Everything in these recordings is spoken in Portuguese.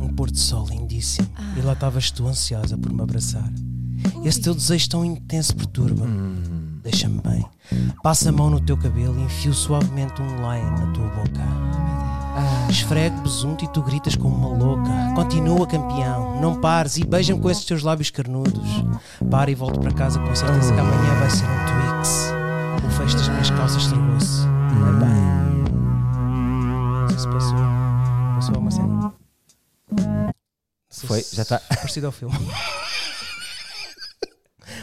um pôr-de-sol lindíssimo e lá estavas tu ansiosa por me abraçar. Esse teu desejo tão intenso perturba-me. Hum. Deixa-me bem. Passa a mão no teu cabelo e enfio suavemente um lion na tua boca. Ah. Esfrego besunto e tu gritas como uma louca. Continua, campeão. Não pares e beija-me com esses teus lábios carnudos. Para e volto para casa com certeza que amanhã vai ser um Twix. O fecho das minhas calças estragou-se. Não é bem. Não sei se passou. Passou uma cena. Não sei Foi, se- já tá. Parecido ao filme.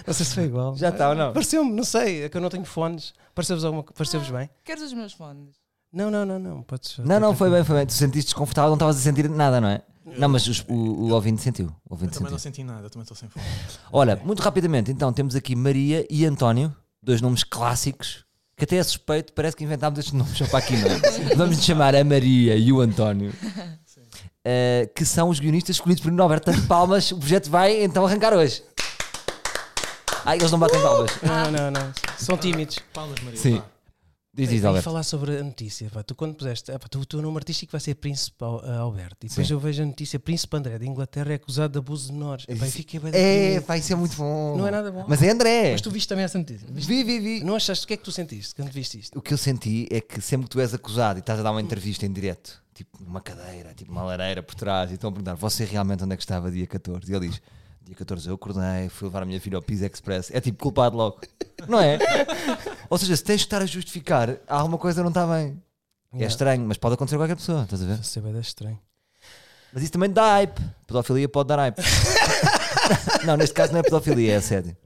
Não sei se foi igual. Já está ou não? Pareceu-me, não sei, é que eu não tenho fones. Pareceu-vos alguma co- Pareceu-vos bem? Queres os meus fones? Não, não, não, não. Podes Não, não, foi bem, foi bem. Tu sentiste desconfortável, não estavas a sentir nada, não é? Não, mas os- o, o ouvinte sentiu. O Eu ouvinte também sentiu. não senti nada, eu também estou sem fome. É, Olha, muito rapidamente, então, temos aqui Maria e António, dois nomes clássicos, que até é suspeito, parece que inventámos estes nomes só para aqui, não é? Vamos lhe chamar a Maria e o António, eh, que são os guionistas escolhidos por Norberto de Palmas. O projeto vai então arrancar hoje. Ai, eles não batem palmas. Não, não, não. São tímidos. Palmas, Maria. Sim. vá. Diz, E diz, Alberto. falar sobre a notícia. pá. Tu quando puseste, ah, pá, tu, o teu nome artístico vai ser Príncipe Al- ah, Alberto. E depois eu vejo a notícia: Príncipe André da Inglaterra é acusado de abuso de menores. Epá, eu fiquei bem É, deprimido. vai ser muito bom. Não é nada bom. Mas é André. Mas tu viste também essa notícia? Viste? Vi, vi, vi. Não achaste? O que é que tu sentiste quando viste isto? O que eu senti é que sempre que tu és acusado e estás a dar uma entrevista em direto, tipo numa cadeira, tipo uma lareira por trás, e estão a perguntar: você realmente onde é que estava dia 14? E ele diz: dia 14 eu acordei, fui levar a minha filha ao Pisa Express. É tipo culpado logo, não é? Ou seja, se tens que estar a justificar, alguma coisa não está bem. É estranho, mas pode acontecer a qualquer pessoa, estás a ver? Isso é bem estranho. Mas isso também dá hype. Pedofilia pode dar hype. não, neste caso não é pedofilia, é assédio.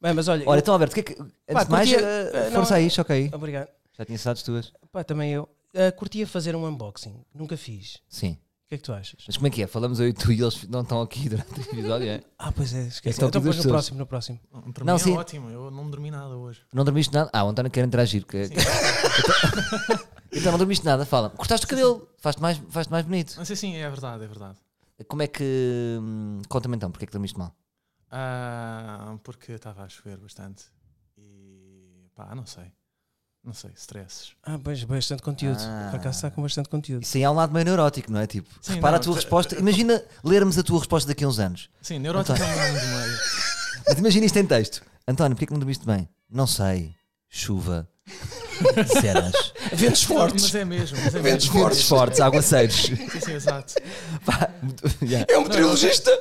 Bem, mas olha. Olha, eu- então, Alberto, o que é que, antes Pá, de mais, curtia- eh, eh, não, força aí, choca aí. Obrigado. Já tinha cidades tuas? Pá, também eu. Ah, curtia fazer um unboxing. Nunca fiz. Sim. O que é que tu achas? Mas como é que é? Falamos eu e tu e eles não estão aqui durante o episódio, é? Ah, pois é, Esse esqueci. é Então o tipo depois das no pessoas. próximo, no próximo. Não, Para Não, mim sim. é ótimo, eu não dormi nada hoje. Não dormiste nada? Ah, o António quer interagir. que- Então- então não dormiste nada, fala. Cortaste o cabelo, faz-te mais, faz mais bonito. Mas assim, é verdade, é verdade. Como é que. hum, Conta-me então, porque é que dormiste mal? Ah, porque estava a chover bastante. E pá, não sei. Não sei, stresses. Ah, pois, bastante conteúdo. Ah. Por acaso está com bastante conteúdo. Isso aí há um lado meio neurótico, não é? Tipo, Sim, repara não, a tua tá- resposta. Imagina lermos a tua resposta daqui a uns anos. Sim, neurótico Então- é um ano de meio. Mas imagina isto em texto. António, porquê é que não dormiste bem? Não sei. Chuva. Cenas. Ventos Mas é mesmo, mas é Ventos mesmo. Fortes, Então, fortes, aguaceiros. Sim, sim, exato. Pá, muito- yeah. É um meteorologista!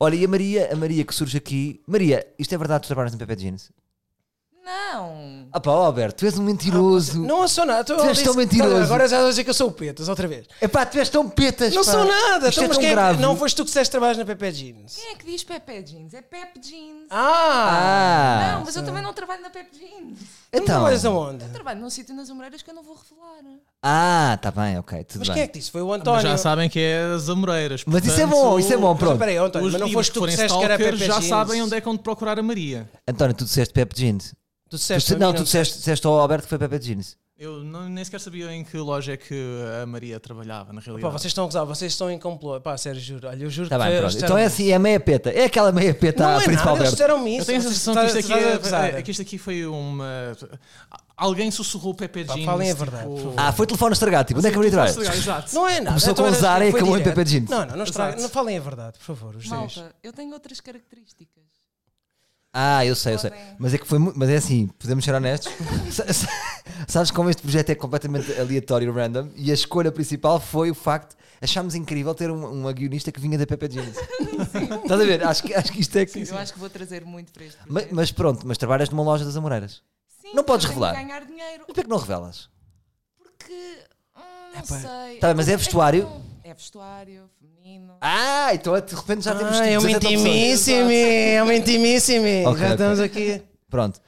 Olha, e a Maria, a Maria que surge aqui. Maria, isto é verdade, tu trabalhas no Pepe Jeans? Não! Ah pá, ó, Alberto, tu és um mentiroso. Não sou nada. Estou Tu és tão mentiroso. Agora já vou dizer que eu sou o Petas, outra vez. É pá, tu és tão petas. Não pá. sou nada! Isto então, é mas tão quem é que- grave. Não foste tu que disseste que trabalhas na Pepe Jeans. Quem é que diz Pepe Jeans? É Pepe Jeans! Ah! Ah, não, mas eu também não trabalho na Pepe Jeans! então. então. trabalhas aonde? Trabalho num sítio nas Ombreiras que eu não vou revelar. Ah, tá bem, ok, tudo Mas bem. quem é que disse? Foi o Mas António. já sabem que é as amoreiras. Mas isso é bom, isso é bom, Mas pronto. espera aí, António, Os mas não foste tu que disseste que era Pepe stalkers Jeans. já sabem onde é que onde procurar a Maria. António, tu disseste Pepe Jeans. Tu Tu disseste, disse- não, a mim tu disseste, disseste ao Alberto que foi Pepe Jeans. Eu não- nem sequer sabia em que loja é que a Maria trabalhava, na realidade. Pá, vocês estão a gozar, vocês estão em complô. Pá, sério, juro. Olha, eu juro Tá que bem, foi- pronto. eles Então é disseram- assim, é meia peta. É aquela meia peta Não é principal, nada, eles Alberto. disseram isso. Eu tenho a sensação que Estás- isto aqui, estás a é- gozar. é, que isto aqui foi uma. Alguém sussurrou Pepe Pá, Jeans. falem a tipo- Ah, verdade, por favor. Ah, foi o telefone estragado, tipo, onde é que eu atrás? Exato. Não é nada. Começou com era- usar e foi acabou em direto. Pepe Jeans. Não, não, não, estraga, Exato. não falem a verdade, por favor, os três. Malta, eu tenho outras características. Ah, eu sei, eu sei. Podem. Mas é que foi mu- Mas é assim, podemos ser honestos. Sa- sa- Sabes como este projeto é completamente aleatório, random, e a escolha principal foi o facto. Achámos incrível ter um- uma guionista que vinha da Pepe Jeans. Estás a ver? Acho que, acho que isto é que. Eu acho que vou trazer muito para este Mas, projeto. mas pronto, mas trabalhas numa loja das Amoreiras. Sim, não podes porque eu revelar. Tenho que ganhar dinheiro. E porquê que não revelas? Porque. hum, não Epá. sei. Tá bem, mas é que vestuário? não- É vestuário, feminino. Ah, então de repente já temos. Ah, é uma 17 opções. intimíssima, é uma intimíssima. Ok, Já ok. estamos aqui. Pronto.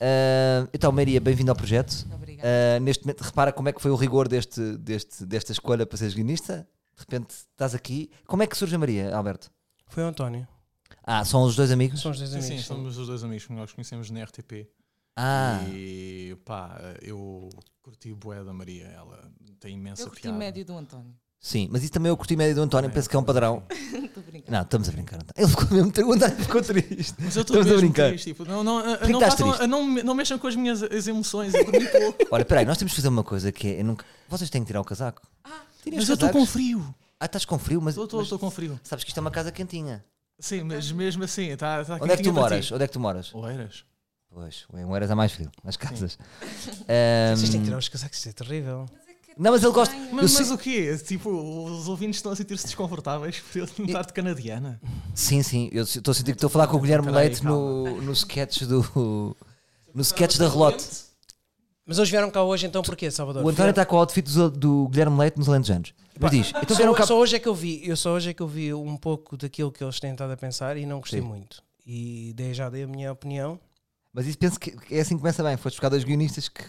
Ah, então, Maria, bem-vindo ao projeto. Obrigada. Uh, neste momento, repara como é que foi o rigor deste, deste, desta escolha para seres guionista. De repente estás aqui. Como é que surge a Maria, Alberto? Foi o António. Ah, são os dois amigos? São os dois Sim, sim, amigos. somos os dois amigos que nós conhecemos na RTP. Ah, E pá, eu curti bué da Maria, ela tem imensa eu curti piada. médio do António. sim. Mas isso também eu curti médio do António, É, penso que é um padrão. Estou brincando. Não, estamos a brincar. António. Ele ficou mesmo triste. O António ficou triste. Mas eu estou Estamos a mesmo brincar. triste, tipo, não, não, a- que não, estás façam- triste? a- não, me- não mexam com as minhas as emoções, eu dormi pouco. Olha, peraí, nós temos que fazer uma coisa que é. eu nunca... Vocês têm que tirar o casaco. Tirem Mas os eu estou com casacos. frio. Ah, estás com frio, mas. mas Estou com frio. Sabes que isto é uma casa quentinha. Sim, mas mesmo assim, está tá Onde é que tu quentinho para ti. moras? Onde é que tu moras? Oeiras. Pois, em Oeiras há mais frio, nas casas. Vocês têm que Ahm, tirar os casacos, isso é terrível. Não, mas ele gosta. Mas- eu Mas, sei- mas o quê? Tipo, os ouvintes estão a sentir-se desconfortáveis por eu tentar de canadiana. Sim, sim, eu estou a sentir que estou a falar com o Guilherme Peraí, Leite no, no sketch do. No sketch da Relote. Mas eles vieram cá hoje então porquê, Salvador? O António tá- Vieram- está com o outfit do, do Guilherme Leite nos Alentejanos. Mas diz, então vieram só, cá. só hoje é que eu vi, eu só hoje é que eu vi um pouco daquilo que eles têm estado a pensar e não gostei Sim. muito. E dei, já dei a minha opinião. Mas isso penso que é assim que começa bem. Foste buscar dois guionistas que,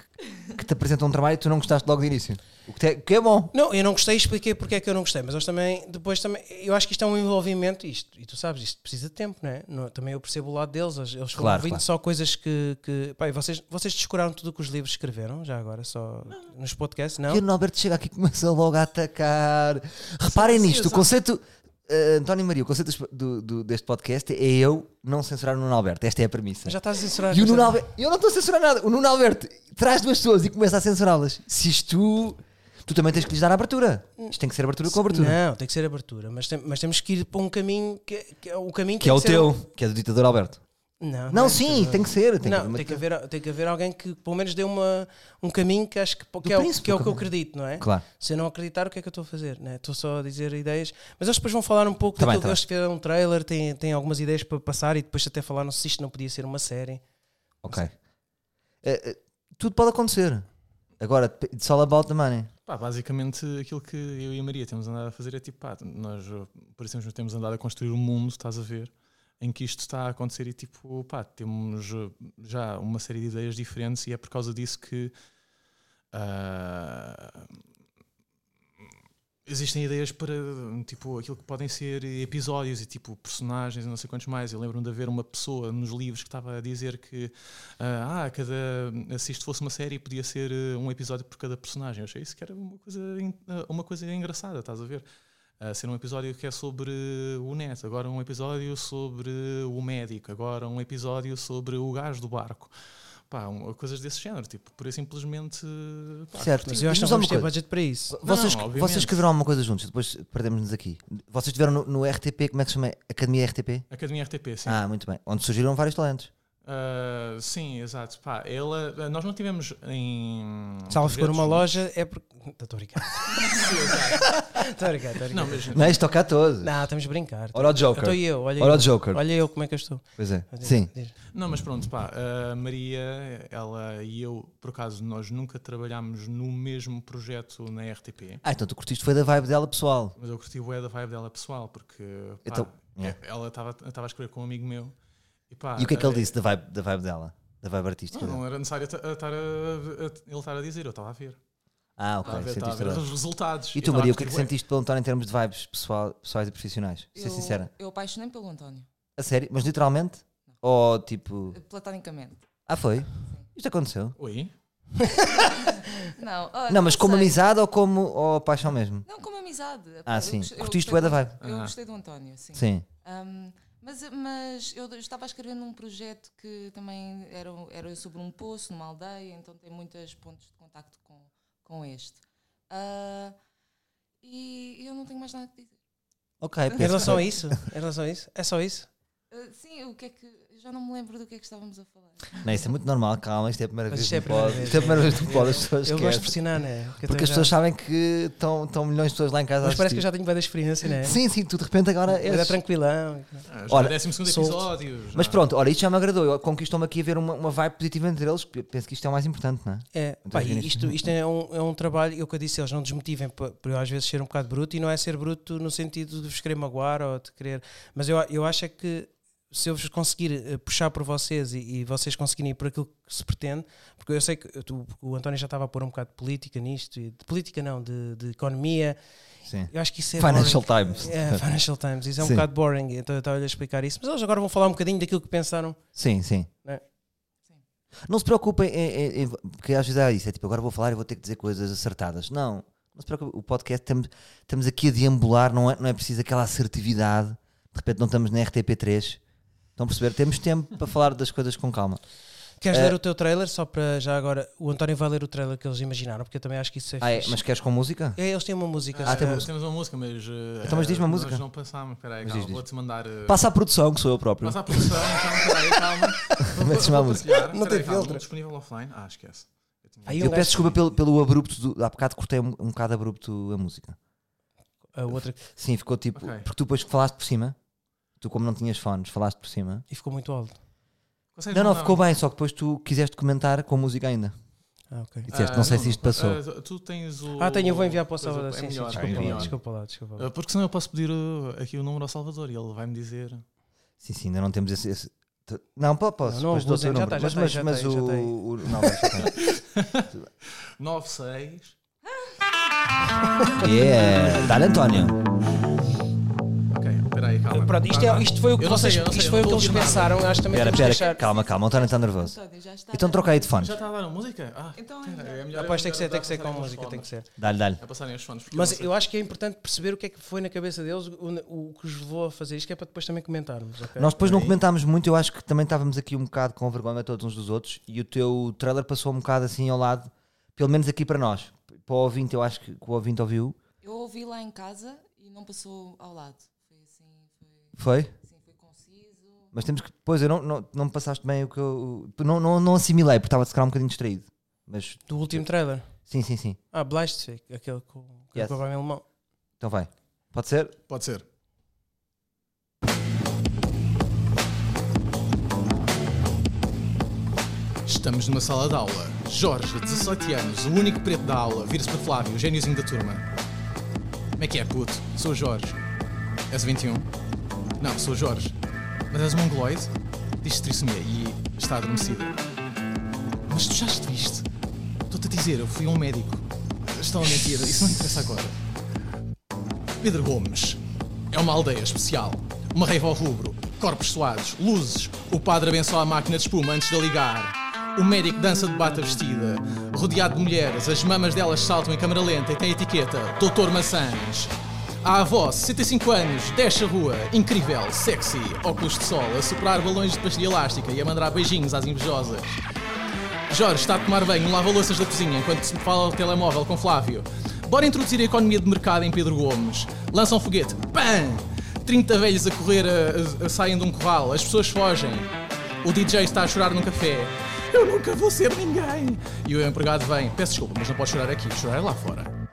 que te apresentam um trabalho e tu não gostaste logo de início. O que, te- que é bom. Não, eu não gostei e expliquei porque é que eu não gostei, mas eles também, depois também, eu acho que isto é um envolvimento, isto, e tu sabes, isto precisa de tempo, não é? Não- também eu percebo o lado deles, eles eles foram Claro, ouvindo claro. só coisas que, que pá, e vocês, vocês descuraram tudo o que os livros escreveram, já agora, só nos podcasts, não? E o Norberto chega aqui e começa logo a atacar. Reparem Sim, nisto, o exato. conceito. eh, António Maria, o conceito dos- do, do- deste podcast é eu não censurar o Nuno Alberto. Esta é a premissa. Já estás a censurar. E o Nuno já- Alberto, eu não estou a censurar nada. O Nuno Alberto traz duas pessoas e começa a censurá-las. Se isto. Tu também tens que lhes dar a abertura. Isto tem que ser abertura com abertura. Não, tem que ser abertura, mas, tem- mas temos que ir para um caminho que, que é o caminho Que é tem o ser teu, um- que é do ditador Alberto. Não, Não, é sim, ditador. tem que ser. Tem que não, haver uma- tem, que haver, tem que haver alguém que pelo menos dê uma, um caminho que acho que, que, Do é, o- príncipe, que é o que eu como- acredito, não é? Claro. Se eu não acreditar, o que é que eu estou a fazer? né? Estou só a dizer ideias. Mas eles depois vão falar um pouco Tá bem, daquilo tá que eles tiveram um trailer, têm, têm algumas ideias para passar e depois até falaram se isto não podia ser uma série. Ok. Eh, eh, tudo pode acontecer. Agora, it's all about the money. Pá, basicamente aquilo que eu e a Maria temos andado a fazer é tipo, pá, nós uh, por isso mesmo temos andado a construir um mundo, estás a ver, em que isto está a acontecer e tipo, pá, temos uh, já uma série de ideias diferentes e é por causa disso que ah, existem ideias para tipo aquilo que podem ser episódios e tipo personagens e não sei quantos mais. Eu lembro-me de haver uma pessoa nos livros que estava a dizer que ah, ah, cada, se isto fosse uma série podia ser eh, um episódio por cada personagem. Eu achei isso que era uma coisa, en- ah, uma coisa engraçada, estás a ver? Ah, ser um episódio que é sobre o neto, agora um episódio sobre o médico, agora um episódio sobre o gajo do barco. Pá, um- coisas desse género, tipo, por simplesmente. Pá, Certo. Mas eu acho que não Diz-nos vamos ter uma coisa. budget para isso. Não, Vocês, não, obviamente. vocês escreveram alguma coisa juntos, depois perdemos-nos aqui. Vocês estiveram no, no RTP, como é que se chama? Academia RTP? Academia RTP, sim. Ah, muito bem. Onde surgiram vários talentos. Ah, sim, exato. Pá, ela, ah, nós não tivemos em. Se ela for projetos uma juntos. loja, é porque. Estou a brincar. Estou a brincar, estou a brincar. Não, mas Não é isto toca a todos. Não, estamos a brincar. Ora o Estou Joker. eu, olha Ora o eu. Joker. Olha eu como é que eu estou. Pois é. Sim. Diz. Não, mas pronto, pá, a Maria, ela e eu, por acaso, nós nunca trabalhámos no mesmo projeto na RTP, Ah, então tu curtiste foi da vibe dela, pessoal. mas eu curti o da vibe dela pessoal, porque pá, Então, é. ela estava estava a escrever com um amigo meu e Ah, pá. E o que é que ele eh, disse da vibe, da vibe dela? Da vibe artística Não, dela? não é. era necessário ta- a estar a, a- ele estar a dizer, eu estava a ver. Ah, Estava a ok. ver, estava a Sentiste ver agora. os resultados. E tu, Maria, o que é que sentiste pelo António em termos de vibes pessoal- pessoais e profissionais? Ser eu, sincera. Eu apaixonei pelo António, A sério? Mas literalmente? Ou tipo. platonicamente. Ah, foi? Isto aconteceu? Oi? Ah, Não, olha, Não, mas como sei. amizade ou como ou paixão mesmo? Não, como amizade. Ah, Eu sim. gost- eu Curtiste gostei bué da do- vibe. Eu Ah. gostei do António, sim. Sim. Um, mas, mas eu estava a escrever num projeto que também era, era sobre um poço, numa aldeia, então tem muitos pontos de contacto com, com este. Ah, e eu não tenho mais nada que dizer. Ok, é Em penso. relação a isso? Em relação a isso? É só isso? Ah, sim, o que é que. eu Já não me lembro do que é que estávamos a falar. Não, isso é muito normal, calma, isto é a primeira Mas isto vez que é é a primeira pode. vez, Isto é a primeira é. vez que pode, as pessoas Eu gosto de esquecem. pressionar, não é? Que eu Porque também as já- pessoas sabem que estão estão milhões de pessoas lá em casa a Mas parece que eu assistir. já tenho bem da experiência, não é? Sim, sim, tu de repente agora Mas é és... tranquilão. Ah, já Olha, Olha, 12 solto. episódio. já. Mas pronto, olha, isto já me agradou. Eu- Conquistou-me aqui a ver uma, uma vibe positiva entre eles. que Penso que isto é o mais importante, não é? É, Então, pá, é e nisto. isto, isto é, um, é um trabalho, eu que eu disse, eles não desmotivem por, por eu às vezes ser um bocado bruto e não é ser bruto no sentido de vos querer magoar ou de querer. Mas eu, eu acho é que se eu vos conseguir eh, puxar por vocês e, e vocês conseguirem ir por aquilo que se pretende, porque eu sei que tu- o António já estava a pôr um bocado de política nisto, e de política não, de, de economia. Sim. Eu acho que isso é Financial boring. Times. É, Financial Times, isso é um Sim. bocado boring, então eu estava a explicar isso. Mas eles agora vão falar um bocadinho daquilo que pensaram. Sim, sim. Né? Sim. Não se preocupem, em- em- em- porque às vezes há isso, é tipo, agora vou falar e vou ter que dizer coisas acertadas. Não, não se preocupem, o podcast estamos, estamos aqui a deambular, não é, não é preciso aquela assertividade, de repente não estamos na RTP3. Estão a perceber? Temos tempo para falar das coisas com calma. Queres Eh, ler o teu trailer? Só para já agora. O António vai ler o trailer que eles imaginaram, porque eu também acho que isso é Ah, é, fixe. mas queres com música? É, Eles têm uma música. Ah, tem eh, música. Temos uma música, mas. uh, Então, mas diz uma uh, música. Nós não pensámos, peraí, Mas calma, diz, diz. vou-te mandar. uh, Passa à produção, que sou eu próprio. Passa a produção, então, peraí, calma. Vou- Metes vou uma música. partilhar. Não Peraí, tem calma, filtro. Disponível offline? Ah, esquece. Eu tinha- Aí Eu um peço gajo- desculpa pelo, pelo abrupto. Do, há bocado cortei um, um bocado abrupto a música. A Ah, outra. Sim, ficou tipo. Ok. Porque tu depois que falaste por cima, tu como não tinhas fones, falaste por cima. E ficou muito alto. Consegues Não, não, mandar- ficou bem, só que depois tu quiseste comentar com a música ainda. Ah, ok. E disseste, Ah, não sei se isto passou. ah, tu tens o. Ah, tenho, eu vou enviar para o Pois é, sábado. é sim, sim, melhor, desculpa, é lá, melhor. desculpa lá, desculpa lá. Ah, Porque senão eu posso pedir uh, aqui o número ao Salvador e ele vai me dizer. Sim, sim, ainda não temos esse. esse- t- Não, pô, posso. Não, não depois dou o teu abusem, já número. tá, já Mas- tá, mas- já Mas tá, já o. tá aí. o- Não, deixa 96. estar. Yeah, dá-lhe António. Ok, peraí, calma. Pronto, isto, é- isto foi o que Eu não sei, vocês- eu não sei, isto eu foi o não que tô eles a ouvir nada. pensaram. Acho que também Pera, temos que pera, deixar. calma, calma, o António está nervoso. António, já está. Então troca aí de fones. Já está a dar a música? Ah, Então, pera, já. é melhor eu Rapaz, tem que ser, mandar tem que ser com passarem os música, tem que fones. ser. Dá-lhe, dá-lhe. É passarem os fones. porque eu Mas não sei. eu acho que é importante perceber o que é que foi na cabeça deles, o, o que os levou a fazer isto, que é para depois também comentarmos. ok? Nós depois não comentámos muito, eu acho que também estávamos aqui um bocado com vergonha todos uns dos outros e o teu trailer passou um bocado assim ao lado, pelo menos aqui para nós. Para o ouvinte, eu acho que, que o ouvinte ouviu. Eu ouvi lá em casa e não passou ao lado. Foi assim, foi, Foi? assim, foi conciso. Mas temos que. Pois, eu não, não, não me passaste bem o que eu. Não, não, não assimilei, porque estava se calhar um bocadinho distraído. Mas Do último trailer. sim, sim, sim. Ah, Blastvik, aquele com Yes. yes. o problema alemão. Então vai. Pode ser? Pode ser. Estamos numa sala de aula. Jorge, 17 anos, o único preto da aula, vira-se para Flávio, o gêniozinho da turma. Como é que é, puto? Sou o Jorge. És 21? Não, sou o Jorge. Mas és um mongoloide? Diz-te trissomia e está adormecida. Mas tu já viste? Estou-te a dizer, eu fui a um médico. Estão a mentir, isso não interessa agora. Pedro Gomes. É uma aldeia especial. Uma raiva ao rubro, corpos suados, luzes. O padre abençoa a máquina de espuma antes de a ligar. O médico dança de bata vestida. Rodeado de mulheres, as mamas delas saltam em câmara lenta e tem a etiqueta Doutor Maçãs. A avó, 65 anos, desce a rua, incrível, sexy, óculos de sol, a superar balões de pastilha elástica e a mandar beijinhos às invejosas. Jorge está a tomar banho no lava-louças da cozinha enquanto se fala ao telemóvel com Flávio. Bora introduzir a economia de mercado em Pedro Gomes. Lança um foguete. PAM! 30 velhos a correr a- a- a- saem de um curral. As pessoas fogem. O DJ está a chorar num café. Eu nunca vou ser ninguém. E o empregado vem. Peço desculpa, mas não pode chorar aqui. Chorar é lá fora.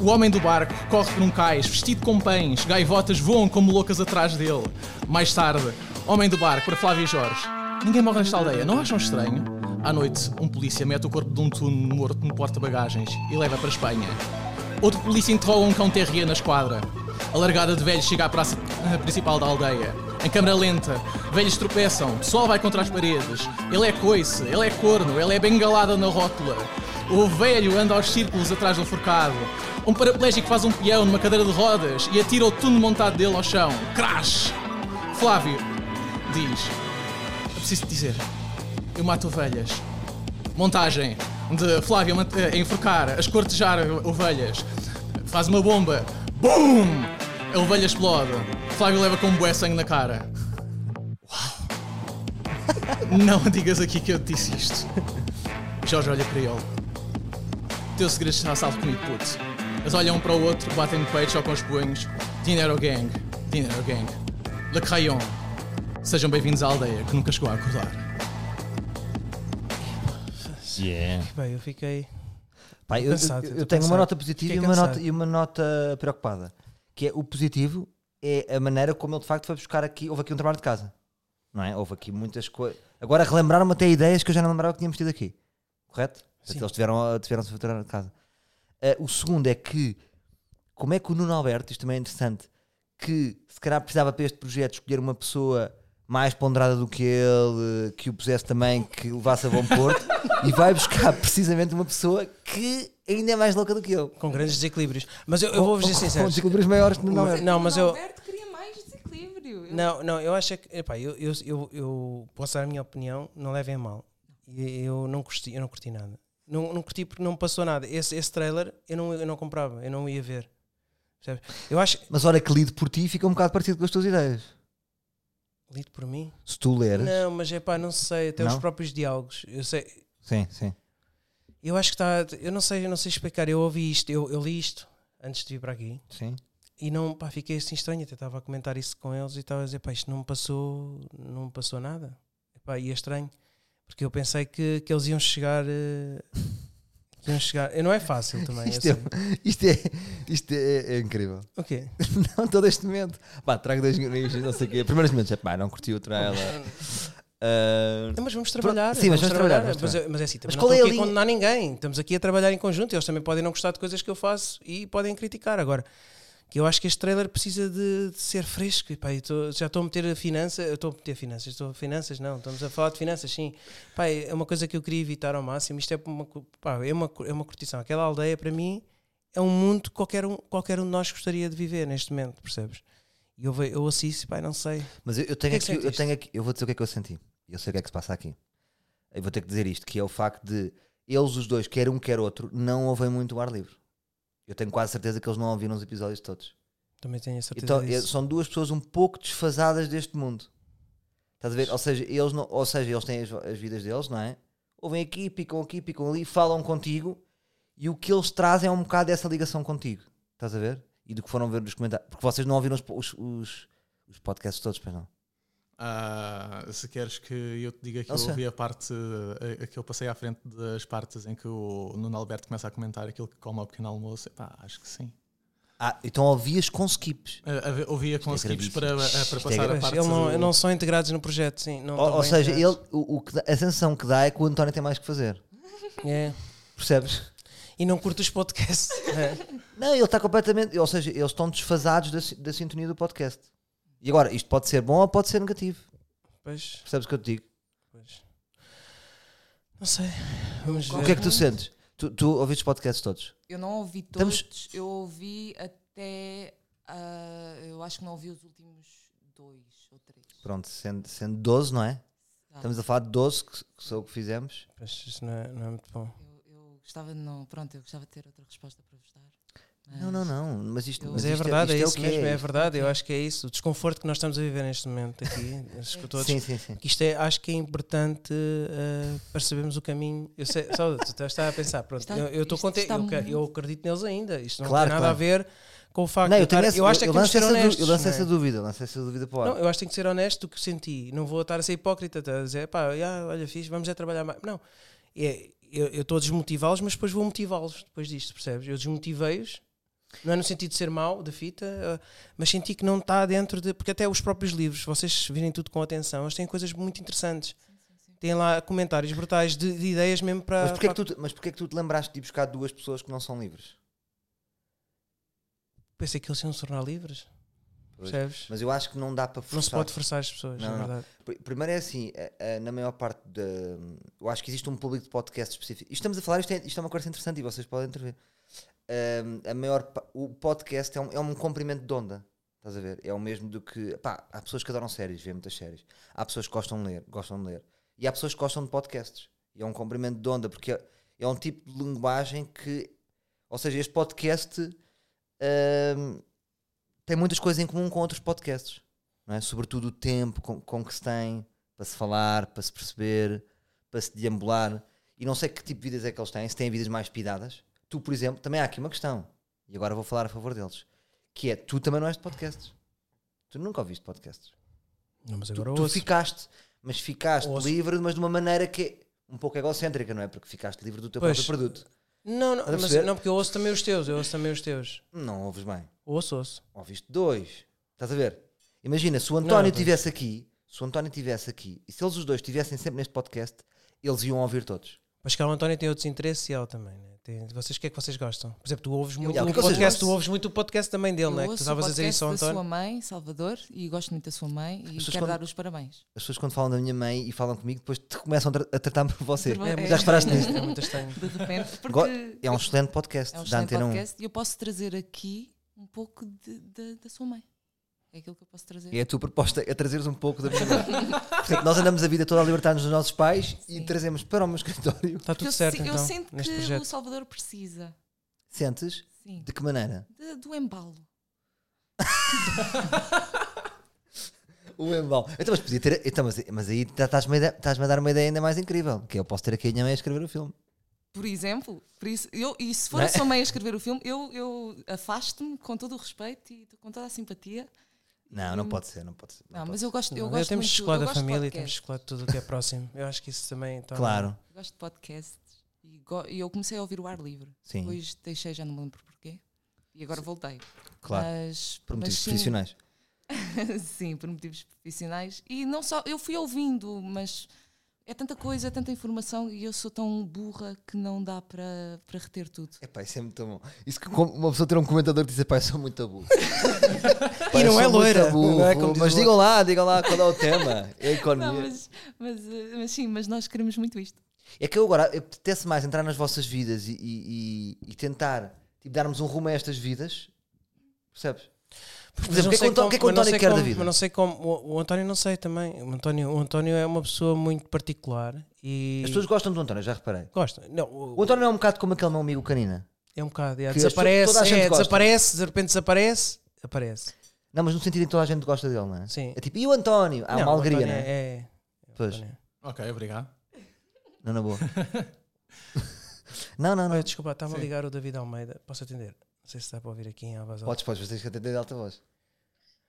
O homem do barco corre por um cais, vestido com pães, gaivotas voam como loucas atrás dele. Mais tarde, homem do barco para Flávio e Jorge. Ninguém morre nesta aldeia, não acham estranho? À noite, um polícia mete o corpo de um tuno morto no porta-bagagens e leva para a Espanha. Outro polícia interroga um cão terrier na esquadra. A largada de velhos chega à praça eh, principal da aldeia. Em câmara lenta, velhos tropeçam, o pessoal vai contra as paredes. Ele é coice, ele é corno, ele é bengalada na rótula. O velho anda aos círculos atrás do forcado. Um paraplégico faz um peão numa cadeira de rodas e atira o túnel montado dele ao chão. Crash! Flávio diz: Eu preciso te dizer, eu mato ovelhas. Montagem de Flávio a mant- a enforcar, a escortejar ovelhas. Faz uma bomba. BUM! A ovelha explode. Flávio leva com um bué sangue na cara. Uau! Não digas aqui que eu te disse isto. Jorge olha para ele. Teu segredo está salvo comigo, puto. Eles olham um para o outro, batem no peito, chocam os punhos. Dinero Gang, Dinero Gang. Le Crayon. Sejam bem-vindos à aldeia que nunca chegou a acordar. Yeah. Bem, eu fiquei. Pá, eu, Cansado, eu- eu eu tô tenho uma cansado. nota positiva e Fiquei uma nota, cansado. e uma nota preocupada. Que é o positivo é a maneira como ele de facto foi buscar aqui. Houve aqui um trabalho de casa. Não é? Houve aqui muitas coisas. Agora relembraram-me até ideias que eu já não lembrava que tínhamos tido aqui. Correto? Portanto, Sim. Eles tiveram, tiveram se de casa. Ah, o segundo é que como é que o Nuno Alberto, isto também é interessante, que se calhar precisava para este projeto escolher uma pessoa mais ponderada do que ele, eh, que o pusesse também, que o levasse a bom porto, e vai buscar precisamente uma pessoa que ainda é mais louca do que ele. Com grandes desequilíbrios. Mas eu, eu vou-vos Com- dizer com- sincero. Com desequilíbrios maiores que o Nuno Alberto. Não, mas O eu- Alberto queria mais desequilíbrio. Eu- Não, não, eu acho é que. Epá, eu, eu, eu, eu posso dar a minha opinião, não levem a mal. E Eu não curti, eu não curti nada. Não, não curti porque não passou nada. Esse, esse trailer eu não, eu não comprava, eu não ia ver. Percebes? Eu acho. Mas olha que lido por ti fica um bocado partido com as tuas ideias. Lido por mim? Se tu leres. Não, mas é pá, não sei. Até os Não? próprios diálogos. Eu sei. Sim, sim. Eu acho que está. Eu não sei, eu não sei explicar. Eu ouvi isto, eu, eu li isto antes de vir para aqui Sim. e não, pá, fiquei assim estranho. Até estava a comentar isso com eles e estava a dizer, pá, isto não me passou, não me passou nada. Pá, e é estranho, porque eu pensei que, que eles iam chegar. eh, que iam chegar. eh, Não é fácil também. Isto eu é, sei. isto é, isto é, é incrível. O quê? Não, todo este momento. Pá, trago dois guionistas, não sei o quê. Primeiros momentos, é pá, não curti o trailer. Ah, Não, mas vamos trabalhar. Sim, mas vamos trabalhar, vamos Mas, trabalhar. mas é assim, Mas também qual não estou é a aqui a linha? condenar ninguém. Estamos aqui a trabalhar em conjunto. Eles também podem não gostar de coisas que eu faço e podem criticar. Agora, que eu acho que este trailer precisa de, de ser fresco. E, pá, eu tô- já estou a meter a finança. Eu estou a meter finanças. Estou a finanças, não. Estamos a falar de finanças, sim. Pá, é uma coisa que eu queria evitar ao máximo. Isto é uma, co- pá, é uma, co- é uma curtição. Aquela aldeia, para mim, é um mundo que qualquer um, qualquer um de nós gostaria de viver neste momento, percebes? E eu, ve- eu assisto e, pá, não sei. Mas eu, eu tenho O que é que aqui, eu sentiste? tenho aqui, eu vou dizer o que é que eu senti. Eu sei o que é que se passa aqui. Eu vou ter que dizer isto, que é o facto de eles os dois, quer um quer outro, não ouvem muito o ar livre. Eu tenho quase certeza que eles não ouviram os episódios todos. Também tenho a certeza Então, eh, disso. são duas pessoas um pouco desfasadas deste mundo. Estás a ver? Ou seja, eles, não, ou seja, eles têm as, as vidas deles, não é? Ouvem aqui, picam aqui, picam ali, falam contigo e o que eles trazem é um bocado dessa ligação contigo. Estás a ver? E do que foram ver nos comentários. Porque vocês não ouviram os, os, os, os podcasts todos, pois não? Ah, se queres que eu te diga que Não sei. eu ouvi a parte a, a que eu passei à frente das partes em que o Nuno Alberto começa a comentar aquilo que come ao pequeno almoço, epá, acho que sim. Ah, então ouvias com skips. Ah, ah, ouvia com é skips gravíssimo. para, ah, Isto para é passar a gravíssimo. Pois, parte. ele não, do- não são integrados no projeto, sim. Não Ou, estão ou bem seja, ele, integrados. o, o que, dá- a sensação que dá é que o António tem mais que fazer. É. Percebes? E não curte os podcasts. É. Não, ele está completamente. Ou seja, eles estão desfasados da, si- da sintonia do podcast. E agora, isto pode ser bom ou pode ser negativo. Pois, Percebes o que eu te digo? pois. Não sei. Vamos ver. O que é que tu sentes? Tu, tu ouviste os podcasts todos? Eu não ouvi todos, Estamos- eu ouvi até. ah, eu acho que não ouvi os últimos dois ou três. Pronto, sendo, sendo 12, não é? Ah, Estamos a falar de 12, que, que sou o que fizemos. Pois, isso não é, não é muito bom. eu, eu gostava de não. Pronto, eu gostava de ter outra resposta para vos dar. É mas- Não, não, não. Mas isto, Mas Mas, isto é verdade, é, isto isso o que mesmo, é, verdade. Eu é. acho que é isso. O desconforto que nós estamos a viver neste momento aqui. acho que todos. Sim, sim, sim. Que isto é, acho que é importante eh, percebermos o caminho. Eu sei, só, tu estás a pensar, pronto, Está- eu- eu estou isto contente, está eu, ca- muito- eu acredito neles ainda. Isto não Claro, tem nada claro. a ver com o facto Não, de eu, tenho estar- essa, eu acho é que eu temos lanço, que ser essa, honestos. du- eu lanço não é? essa dúvida, lanço essa dúvida para o ar. Não, eu acho que tenho que ser honesto do que senti. Não vou estar a ser hipócrita, tá? a dizer, pá, já, olha, fiz, vamos já trabalhar mais. Não, é, eu eu estou a desmotivá-los, mas depois vou motivá-los depois disto, percebes? Eu desmotivei-os, não é no sentido de ser mau da fita, eh, mas senti que não está dentro de. Porque até os próprios livros, vocês virem tudo com atenção, eles têm coisas muito interessantes. Têm lá comentários brutais de, de ideias mesmo para. mas, porquê é que para- tu, te- mas porquê é que tu te lembraste de ir buscar duas pessoas que não são livres? Pensei que eles iam se tornar livres, Pois. percebes? Mas eu acho que não dá para Não se forçar. pode forçar as pessoas, Não, na não. verdade. Pri- Primeiro é assim, a- a- na maior parte da. Eu acho que existe um público de podcast específico. Isto estamos a falar, isto é, isto é uma coisa interessante e vocês podem intervir. Ahm, a maior, pa- o podcast é um, é um comprimento de onda. Estás a ver? É o mesmo do que. Pá, há pessoas que adoram séries, vêem muitas séries. Há pessoas que gostam de ler, gostam de ler. E há pessoas que gostam de podcasts. E é um comprimento de onda, porque é, é um tipo de linguagem que. Ou seja, este podcast ahm, tem muitas coisas em comum com outros podcasts não é? sobretudo o tempo com, com que se tem para se falar, para se perceber, para se deambular. E não sei que tipo de vidas é que eles têm, se têm vidas mais pidadas. Tu, por exemplo, também há aqui uma questão, e agora vou falar a favor deles, que é tu também não és de podcasts. Tu nunca ouviste podcasts. Não, mas Tu, agora tu ouço. ficaste, mas ficaste Ouço. livre, mas de uma maneira que é um pouco egocêntrica, não é? Porque ficaste livre do teu Pois. próprio produto. Não, não, a mas, perceber? não, porque eu ouço também os teus, eu ouço também os teus. Não ouves bem. Ouço, ouço. Ouviste dois. Estás a ver? Imagina, se o António Não, pois. estivesse aqui, se o António estivesse aqui, e se eles os dois estivessem sempre neste podcast, eles iam ouvir todos. Mas cá o António tem outros interesses e ela também, né? Tem, vocês, o que é que vocês gostam? Por exemplo, tu ouves muito já, o o que é que vocês podcast, tu gostam? ouves muito o podcast também dele, Eu né? Que tu ouço o estavas a dizer isso ao podcast da António. sua mãe, Salvador, e gosto muito da sua mãe e pessoas quero quando- dar os parabéns. As pessoas quando falam da minha mãe e falam comigo, depois te começam a tra- a tratar-me por você. Por você. Já reparaste nisso? É muito estranho. De repente, porque Go- É um excelente podcast é um da excelente Antena 1. podcast e eu posso trazer aqui um pouco de- de- da sua mãe. É aquilo que eu posso trazer. tá É a tua proposta, é trazeres um pouco da minha mãe. Portanto, nós andamos a vida toda a libertar-nos dos nossos pais e Sim. trazemos para o meu escritório. Está Porque tudo eu, certo, se- eu então, sinto que neste o projeto. Salvador precisa. Sentes? Sim. De que maneira? de- do embalo. o embalo. Então, mas podia ter. Então, mas, mas aí tá- estás-me a, dar- estás-me a dar uma ideia ainda mais incrível. Que eu posso ter aqui a minha mãe a escrever o filme. Por exemplo, por isso, eu, e se for Não é? a sua mãe a escrever o filme, eu, eu afasto-me com todo o respeito e com toda a simpatia. Não, não pode ser, não pode ser. não Não, pode mas eu gosto, eu Hum. Não, gosto temos muito, chocolate eu da gosto de família e temos podcasts. chocolate tudo até próximo. Eu acho que isso também. então, ser. torna- Claro. Eu Gosto de podcasts e, go- e eu comecei a ouvir o ar livre. Sim. Depois deixei, já não me lembro porquê. E agora voltei. Claro. Mas, Por mas motivos sim, profissionais. sim, por motivos profissionais. E não só, eu fui ouvindo, mas é tanta coisa, é tanta informação e eu sou tão burra que não dá para para reter tudo. Epá, isso é muito bom. Isso que como uma pessoa ter um comentador que diz, epá, eu sou muito burro. Pá, E eu não é sou muito loira, burro. não é como diz mas o outro. digam lá, digam lá qual é o tema. É a economia. Não, mas, mas, eh, mas sim, mas nós queremos muito isto. É que eu agora eu apetece mais entrar nas vossas vidas e, e- e- e tentar tipo, darmos um rumo a estas vidas. Percebes? Por Mas exemplo, o não que é que sei o António- o que é que como- mas não sei o António quer da como- vida? Mas não sei como. O, o António não sei também. O António, o António é uma pessoa muito particular e. As pessoas gostam do António, já reparei. gostam. Não, o- O António não é um bocado como aquele meu amigo Canina. é um bocado. é, Que as pessoas- desaparece, toda a gente é, gosta. desaparece, de repente desaparece, aparece. Não, mas no sentido em que toda a gente gosta dele, não é? Sim. É tipo, e o António? Há Não, uma o alegria, António não é? é- é- Pois, Ok, obrigado. não na boa. não, não, não. Olha, desculpa, está-me a ligar o David Almeida. Posso atender? Não sei se dá para ouvir aqui em Abas Podes, podes, mas tens que atender de alta voz.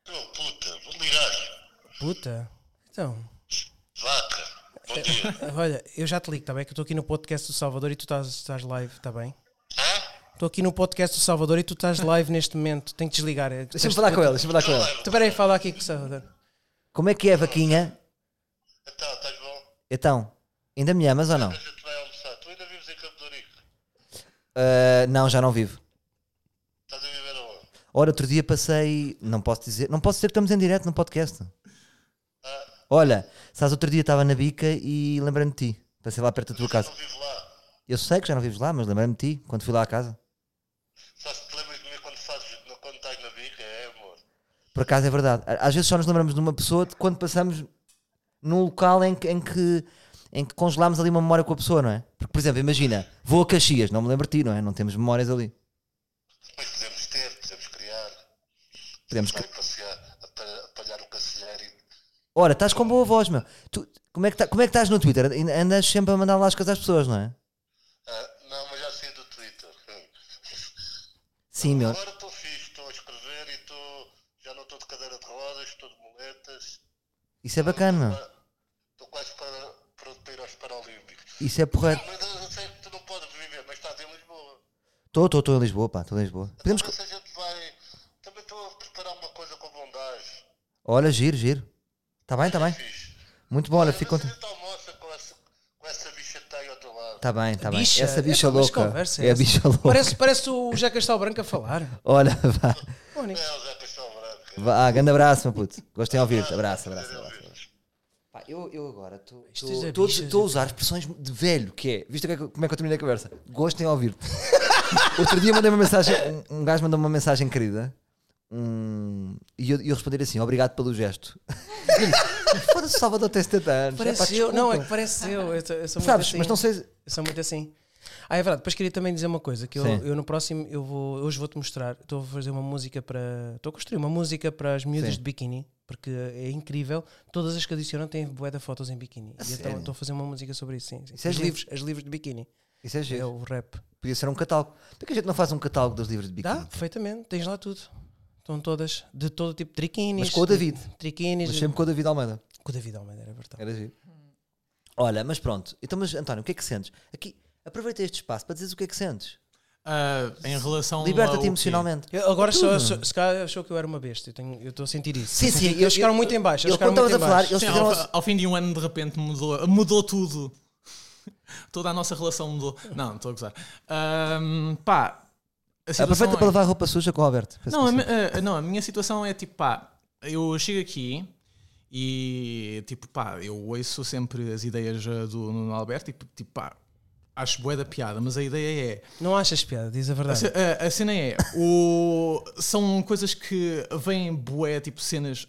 Oh, puta, vou ligar. Puta. Então, Vaca. Bom dia. olha, eu já te ligo, está bem? Que eu estou aqui no podcast do Salvador e tu estás, estás live, está bem? Hã? Estou aqui no podcast do Salvador e tu estás live neste momento. Tenho que desligar. é- Deixa-me Estás... falar com ela, deixa-me falar com ela. Espera aí, fala aqui com o Salvador. Como é que é, Vaquinha? Então, estás bom? Então, ainda me amas ou não? A gente vai almoçar. Tu ainda vives em Campo de Ourique? Ah, não, já não vivo. Estás a viver aonde? Ora, outro dia passei. Não posso dizer, não posso dizer que estamos em direto no podcast. Ah, Olha, sabes, outro dia estava na bica e lembrei-me de ti. Passei lá perto da tua eu casa. não vivo lá. Eu sei que já não vives lá, mas lembrei-me de ti quando fui lá à casa. Só se te lembras de mim quando, fazes, quando estás na bica, é amor. Por acaso é verdade. Á- Às vezes só nos lembramos de uma pessoa de quando passamos num local em que, em que, em que congelámos ali uma memória com a pessoa, não é? Porque, por exemplo, imagina, vou a Caxias, não me lembro de ti, não é? Não temos memórias ali. Mas podemos ter, podemos criar. Podemos. Vai passear, apa- apalhar o cacilheiro e... Ora, estás com boa voz, meu. Tu, como, é que tá- como é que estás no Twitter? Ainda- Andas sempre a mandar lascas às pessoas, não é? Ah, não, mas já saí do Twitter. Sim, meu. Agora estou fixe, estou a escrever e estou... Já não estou de cadeira de rodas, estou de moletas. Isso é bacana, meu. Estou quase para, pronto para ir aos Paralímpicos. Isso é porreiro. Mas eu eu sei que tu não podes viver, mas estás em Lisboa. Estou, estou, estou em Lisboa, pá, estou em Lisboa. Podemos. Talvez a gente vai. Também estou a preparar uma coisa com bondagem. Olha, giro, giro. Está bem, está bem. Fixe. Muito bom, É. olha, Mas fico A contente. gente almoça com essa, com essa bicha que está aí ao teu lado. Está bem, está Tá bem. Bicha, Essa bicha epá, mas louca. conversa É a essa? bicha louca. Parece, parece o José Castelo Branco a falar. Olha, vá. Mónica. É o Zé Castelo Branco. Vá, ah, grande abraço, meu puto. Gostei de ouvir-te. Abraço, abraço, abraço. abraço. Pá, eu, eu agora estou- Isto é estou bichas, estou a usar expressões de velho, que é. Viste o que é que- como é que eu terminei a conversa? Gostem de ouvir-te. Outro dia mandei uma mensagem, um, um gajo mandou uma mensagem querida um, e eu, e eu respondi assim: obrigado pelo gesto. Foda-se, Salvador tem 70 anos. Parece Epá, eu. Não, é desculpa. que parece eu. Eu, sou- eu sou muito Sabes, assim. mas não sei. Eu sou muito assim. Ah, é verdade. Depois queria também dizer uma coisa: que eu, Sim. eu no próximo, eu vou, hoje vou-te mostrar. Estou a fazer uma música para. Estou a construir uma música para as miúdas Sim. de biquíni, porque é incrível. Todas as que adicionam têm bué de fotos em biquíni. E então sério? estou a fazer uma música sobre isso. Sim, sim. Isso é Os giro. livros, as livros de biquíni. Isso é É giro. o rap. Podia ser um catálogo. Por que a gente não faz um catálogo dos livros de biquíni? Dá, perfeitamente. Tens lá tudo. Estão todas, de todo tipo, triquinis. Mas com o de- David. Triquinis. Mas de- sempre com o David Almeida. Com o David Almeida, era verdade. Era giro. Então. Hum. Olha, mas pronto. Então, mas António, o que é que sentes? Aqui, aproveita este espaço para dizeres o que é que sentes. Ah, em relação ao Liberta-te quê? emocionalmente. Eu agora É Tudo. só, só- se calhar achou que eu era uma besta. Eu tenho- Eu estou a sentir isso. Sim, Eu sim, senti- eu- Eles ficaram eu- muito em baixo. Eles eu- quando ficaram muito em estavas a falar, baixo. eles Sim, fizeram. ao, ao fim de um ano, de repente, mudou, mudou tudo. Toda a nossa relação mudou. Não, estou a gozar. Ahm, pá, a situação Aproveita é- para levar roupa suja com o Alberto. Peço Não a, desculpa. mi- a- a- não, a minha situação é tipo, pá, eu chego aqui e tipo, pá, eu ouço sempre as ideias eh, do Nuno Alberto e tipo, pá, acho bué da piada, mas a ideia é. Não achas piada, diz a verdade. Ce- A, a cena é, o, são coisas que vêm bué, tipo cenas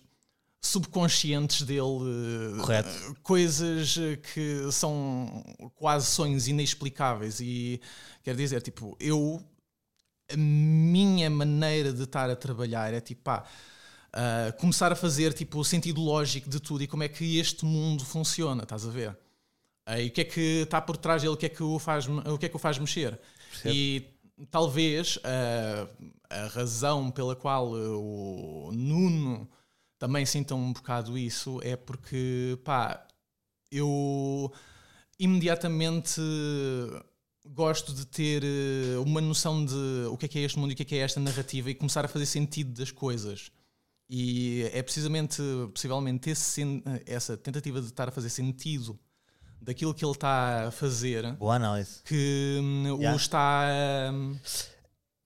subconscientes dele, eh, Correto. coisas eh, que são quase sonhos inexplicáveis e quer dizer, tipo, eu a minha maneira de estar a trabalhar é tipo, pá, ah, começar a fazer tipo o sentido lógico de tudo e como é que este mundo funciona, estás a ver? Ah, e o que é que está por trás dele, o que é que o faz, o que é que o faz mexer? E talvez ah, a razão pela qual ah, o Nuno também sinta um bocado isso é porque, pá, eu imediatamente gosto de ter eh, uma noção de o que é que é este mundo e o que é que é esta narrativa e começar a fazer sentido das coisas. E é precisamente, possivelmente, esse sen- essa tentativa de estar a fazer sentido daquilo que ele está a fazer Boa análise. que hum, Yeah. o está hum, a.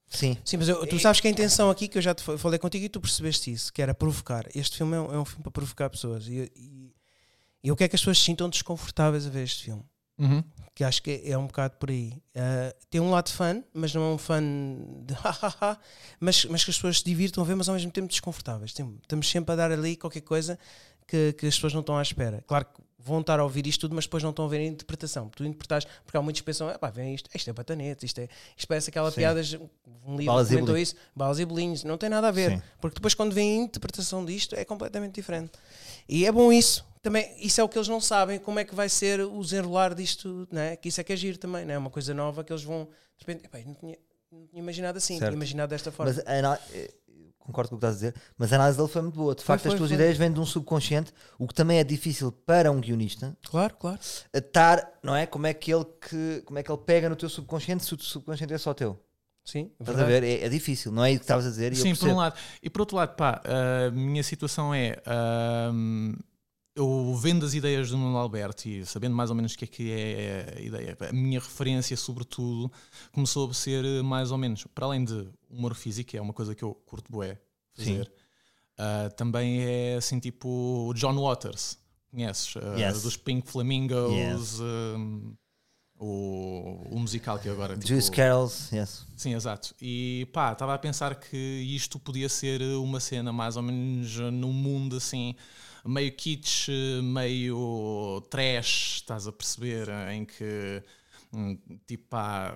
Sim. Sim, mas eu- tu sabes que a intenção aqui, que eu já te fa- falei contigo e tu percebeste isso, que era provocar. Este filme é um, é um filme para provocar pessoas. E, e, e eu quero que as pessoas se sintam desconfortáveis a ver este filme. Uhum. Que acho que é um bocado por aí. Ah, tem um lado fã, mas não é um fã de hahaha, mas, mas que as pessoas se divirtam a ver, mas ao mesmo tempo desconfortáveis. Tem- Estamos sempre a dar ali qualquer coisa que, que as pessoas não estão à espera. Claro que vão estar a ouvir isto tudo, mas depois não estão a ver a interpretação. Tu interpretas, porque há muitos que pensam, ah, pá, vem isto, isto é batanete, isto, é, isto parece aquela piada, um livro Balas e que comentou bolinhos. isso, balas e bolinhos, não tem nada a ver. Sim. Porque depois quando vem a interpretação disto é completamente diferente. E é bom isso. Também, isso é o que eles não sabem, como é que vai ser o desenrolar disto, não é? que isso é que é giro também, não é uma coisa nova que eles vão, de repente, "Epá, eu não tinha, não tinha imaginado assim, Certo. tinha imaginado desta forma. Mas a anal- eh, Concordo com o que estás a dizer, mas a análise dele foi muito boa. De facto, foi, as tuas foi. ideias vêm de um subconsciente, o que também é difícil para um guionista claro, claro. a estar, não é? Como é que ele, que, como é que ele pega no teu subconsciente se o teu subconsciente é só teu? Sim, é Estás a verdade. ver? É, é difícil, não é isso que estavas a dizer? e eu Sim, por um percebo. lado. E por outro lado, pá, a minha situação é. ahm, eu vendo as ideias do Nuno Alberto e sabendo mais ou menos o que é que é a ideia, a minha referência, sobretudo, começou a ser eh, mais ou menos, para além de humor físico, que é uma coisa que eu curto bué fazer, ah, também é assim tipo o John Waters, conheces? Ah, Yes. Dos Pink Flamingos, Yes. ahm, o, o musical que agora... tipo, Juice Carols, yes. Sim, exato. E pá, estava a pensar que isto podia ser uma cena mais ou menos num mundo assim, meio kitsch, meio trash, estás a perceber? Em que hum, tipo pá,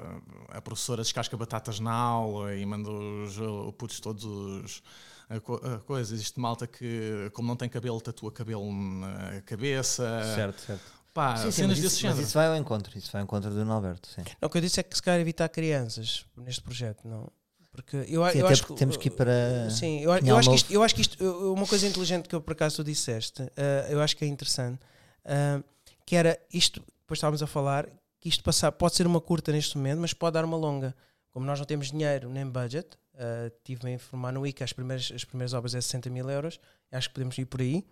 a professora descasca batatas na aula e manda os uh, putos todos a co- a coisa. Existe malta que, como não tem cabelo, tatua cabelo na Ah. cabeça. Certo, certo. Pá, Sim, sim, cenas mas, desse isso, mas género. isso vai ao encontro, isso vai ao encontro do Alberto. Sim. Não, o que eu disse é que se calhar evitar crianças neste projeto, não. Porque eu, a- Sim, eu até acho porque que. temos que ir para Sim, eu, a- eu Pinhal acho que Novo. isto, eu acho que isto. eu- Uma coisa inteligente que eu por acaso tu disseste, eh, eu acho que é interessante, eh, que era isto, depois estávamos a falar, que isto passar, pode ser uma curta neste momento, mas pode dar uma longa. Como nós não temos dinheiro nem budget, eh, tive-me a informar no ICA, as primeiras, as primeiras obras é 60 mil euros, acho que podemos ir por aí.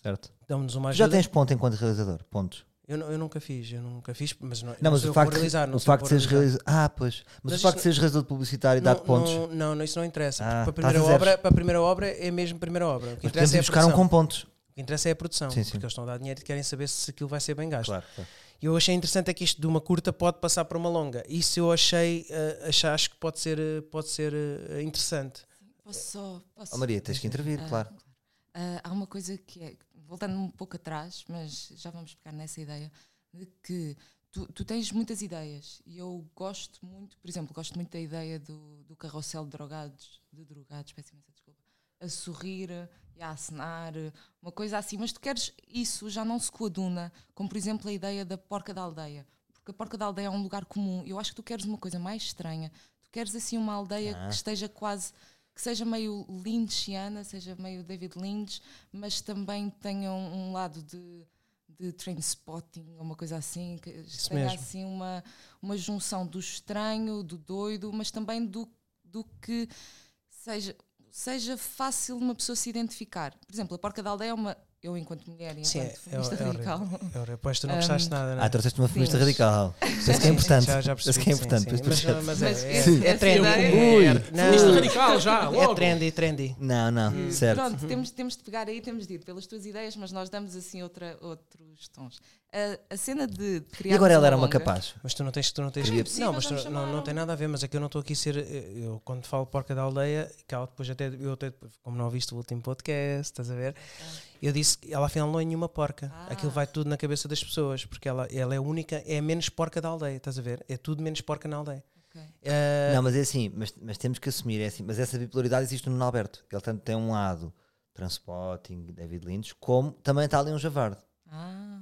Certo. Dão-nos uma Tu ajuda. já tens ponto enquanto realizador, pontos. eu, nu- eu nunca fiz, eu nunca fiz, mas não, Não, mas sou eu o que vou facto, realizar, não o sou eu que facto vou de seres realizar. realizador. Ah, pois. Mas, Mas o isto facto não- de seres realizador publicitário e dar não, pontos. Não, não, não, isso não interessa. Ah, porque para a estás a primeira, zeros. obra, para a primeira obra é mesmo primeira obra. O que Mas podemos interessa é ir a buscar um produção. com pontos. O que interessa é a produção, Sim, sim. porque eles estão a dar dinheiro e querem saber se aquilo vai ser bem gasto. Claro, claro. E eu achei interessante é que isto de uma curta pode passar para uma longa. Isso eu achei, eh, achar- acho que pode ser, eh, pode ser eh, interessante. Posso só. Posso Oh, Maria, tens que intervir, Ah, claro. Ah, há uma coisa que é, voltando um pouco atrás, mas já vamos pegar nessa ideia, de que tu, tu tens muitas ideias e eu gosto muito, por exemplo, gosto muito da ideia do, do carrossel de drogados, de drogados, peço imensa desculpa, a sorrir e a acenar, uma coisa assim, mas tu queres isso, já não se coaduna, como por exemplo a ideia da porca da aldeia, porque a porca da aldeia é um lugar comum, eu acho que tu queres uma coisa mais estranha, tu queres assim uma aldeia que esteja quase que seja meio lynchiana, seja meio David Lynch, mas também tenha um, um lado de, de train spotting, uma coisa assim, que tenha mesmo. assim uma, uma junção do estranho, do doido, mas também do, do que seja, seja fácil uma pessoa se identificar. Por exemplo, a Porca da Aldeia é uma. Eu, enquanto mulher e Sim, é, enquanto é, feminista é, radical. horrível. é, horrível. Pois tu não Um, gostaste de nada, não é? Ah, trouxeste uma feminista Sim. radical. Isso que é Sim, importante. Já, já percebi. Isso que é sim, importante. sim. por isso Mas, trouxeste. mas Mas é, é, esse- é essa trendy. ideia- É, Isto não, radical já, é logo. trendy, trendy. Não, não, certo. Uhum. Pronto, temos, temos de pegar aí, temos de ir pelas tuas ideias, mas nós damos assim outra, outros tons. A, a cena de criar. E agora ela era uma longa, capaz. Mas tu não tens, tu não tens. É impossível, não, mas tu, já me não, não chamaram. tem nada a ver, mas é que eu não estou aqui a ser. eh, Eu quando falo porca da aldeia, cá depois até eu até, como não ouviste o último podcast, estás a ver? Ah. Eu disse que ela afinal não é nenhuma porca. Aquilo vai tudo na cabeça das pessoas, porque ela, ela é a única, é a menos porca da aldeia, estás a ver? É tudo menos porca na aldeia. Ok. Ok. Eh, Não, mas é assim, mas, mas temos que assumir, é assim, mas essa bipolaridade existe no Nuno Alberto. Ele tanto tem um lado transporting, David Lynch, como também está ali um javarde. Ah,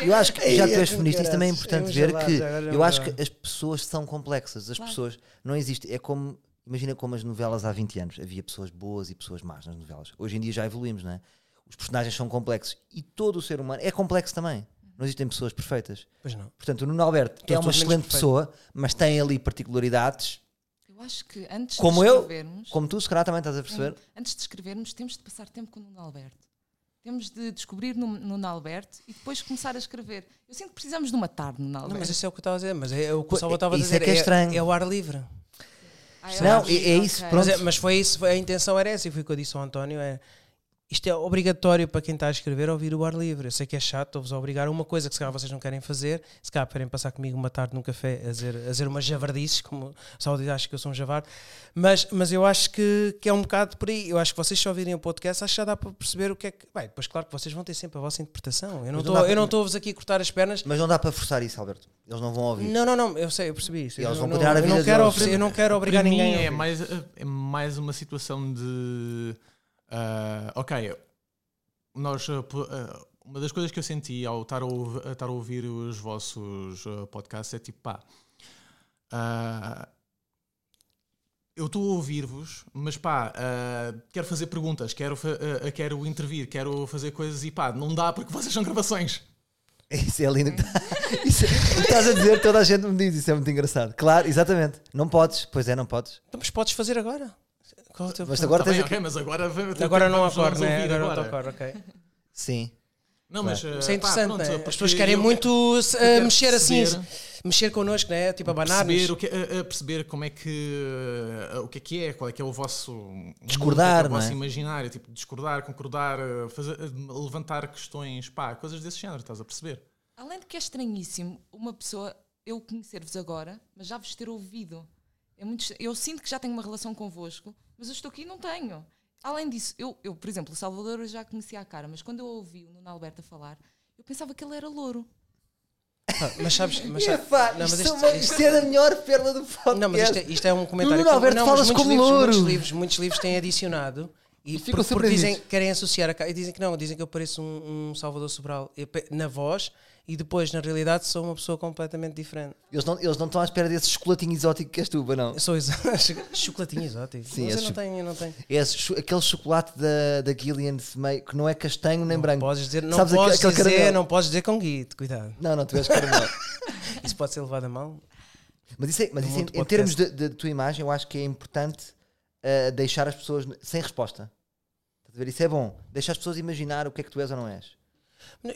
Eu acho que, já que tu Ei, és feminista, isso também é caraças, importante eu ver já lá, que já agora já eu me acho dá. que as pessoas são complexas, as Claro. pessoas não existe, é como imagina como as novelas há 20 anos, havia pessoas boas e pessoas más nas novelas. Hoje em dia já evoluímos, não é? Os personagens são complexos e todo o ser humano é complexo também. Não existem pessoas perfeitas. Pois não. Portanto, o Nuno Alberto Todos é uma somos menos excelente perfeitos. pessoa, mas tem ali particularidades, eu acho que antes Como de eu? escrevermos, como tu se calhar também estás a perceber. antes de escrevermos, temos de passar tempo com o Nuno Alberto. Temos de descobrir no Nuno Alberto e depois começar a escrever. Eu sinto que precisamos de uma tarde no Nuno Não, Alberto. mas isso é o que eu estava a dizer, mas é o que o Pô, Salva estava a isso dizer. é que é estranho. É, o ar livre. Ah, eu Não, acho é- que- é isso, ok. pronto. Mas, é- mas foi isso, foi- a intenção era essa, e foi o que eu disse ao António: é, isto é obrigatório para quem está a escrever ouvir o ar livre. Eu sei que é chato, estou-vos a obrigar a uma coisa que se calhar vocês não querem fazer, se calhar querem passar comigo uma tarde num café a dizer, a dizer umas javardices, como o Salva diz, acho que eu sou um javarde, mas, mas eu acho que, que é um bocado por aí. Eu acho que vocês só ouvirem o podcast, acho que já dá para perceber o que é que. Bem, depois, claro que vocês vão ter sempre a vossa interpretação. Eu não Mas não dá para- estou a vos aqui a cortar as pernas, Mas não dá para forçar isso, Alberto. Eles não vão ouvir. Não, não, não, eu sei, eu percebi isso. E eles eu, vão não- continuar a eu vida não quero deles. oferecer- Eu não quero obrigar Para ninguém. mim a é ouvir. mais, é mais uma situação de. ah, ok, nós. ah, po- ah, uma das coisas que eu senti ao estar a, ouv- a estar a ouvir os vossos ah, podcasts é tipo, pá. ah, eu estou a ouvir-vos, mas pá, ah, quero fazer perguntas, quero, fa- ah, ah, quero intervir, quero fazer coisas e pá, não dá porque vocês são gravações. Isso é lindo. Isso é- o que estás a dizer, toda a gente me diz, isso é muito engraçado. Claro, exatamente. Não podes, pois é, não podes. Então, mas podes fazer agora. Qual é o teu Mas problema? agora Tá bem, tens. ok, aqui- mas agora vamos- Agora não vamos- vamos acordo, né? ouvir Agora não te acordo, ok. Sim. Não, mas. Isso ah, é pá, interessante, pronto, né? As porque pessoas querem eu- muito se- eh, quero mexer assim, perceber- se- mexer connosco, né? Tipo, perceber, abanar-nos. o que, a, a perceber como é que a- o que é que é, qual é que é o vosso mundo, Discordar, o não é? vosso imaginário, tipo discordar, concordar, eh, fazer- levantar questões, pá, coisas desse género, estás a perceber? Além de que é estranhíssimo uma pessoa, eu conhecer-vos agora, mas já vos ter ouvido. É muito, estra- eu sinto que já tenho uma relação convosco, mas eu estou aqui e não tenho. Além disso, eu, eu, por exemplo, o Salvador eu já conhecia a cara, mas quando eu ouvi o Nuno Alberto a falar, eu pensava que ele era louro. Pá, Mas sabes. Mas, sabes- Epá, não, mas isto, isto- é uma- isto- isto é a melhor perla do podcast. Não, mas isto é, isto é um comentário. Nuno Alberto, mas falas muitos como livros, louro. Muitos livros, muitos livros têm adicionado. E ficam por- porque surpreendidos. dizem, querem associar a cara. E dizem que não, dizem que eu pareço um, um Salvador Sobral Eu pe- na voz e depois, na realidade, sou uma pessoa completamente diferente. Eles não, eles não estão à espera desse chocolatinho exótico que és tu, não. Eu sou exótico. Chocolatinho exótico. Sim, Mas esse eu não cho- tenho, eu não tenho. É esse cho- aquele chocolate da, da Gillian Smay que não é castanho nem branco. Podes dizer, não Sabes podes aquele- dizer, aquele caramelo? não podes dizer com guito, cuidado. Não, não, tu és caramelo. Isso pode ser levado a mal. Mas isso, é, mas No isso em- mundo em, termos de, de tua imagem, eu acho que é importante uh, deixar as pessoas n- sem resposta. Estás a ver? Isso é bom. Deixar as pessoas imaginar o que é que tu és ou não és.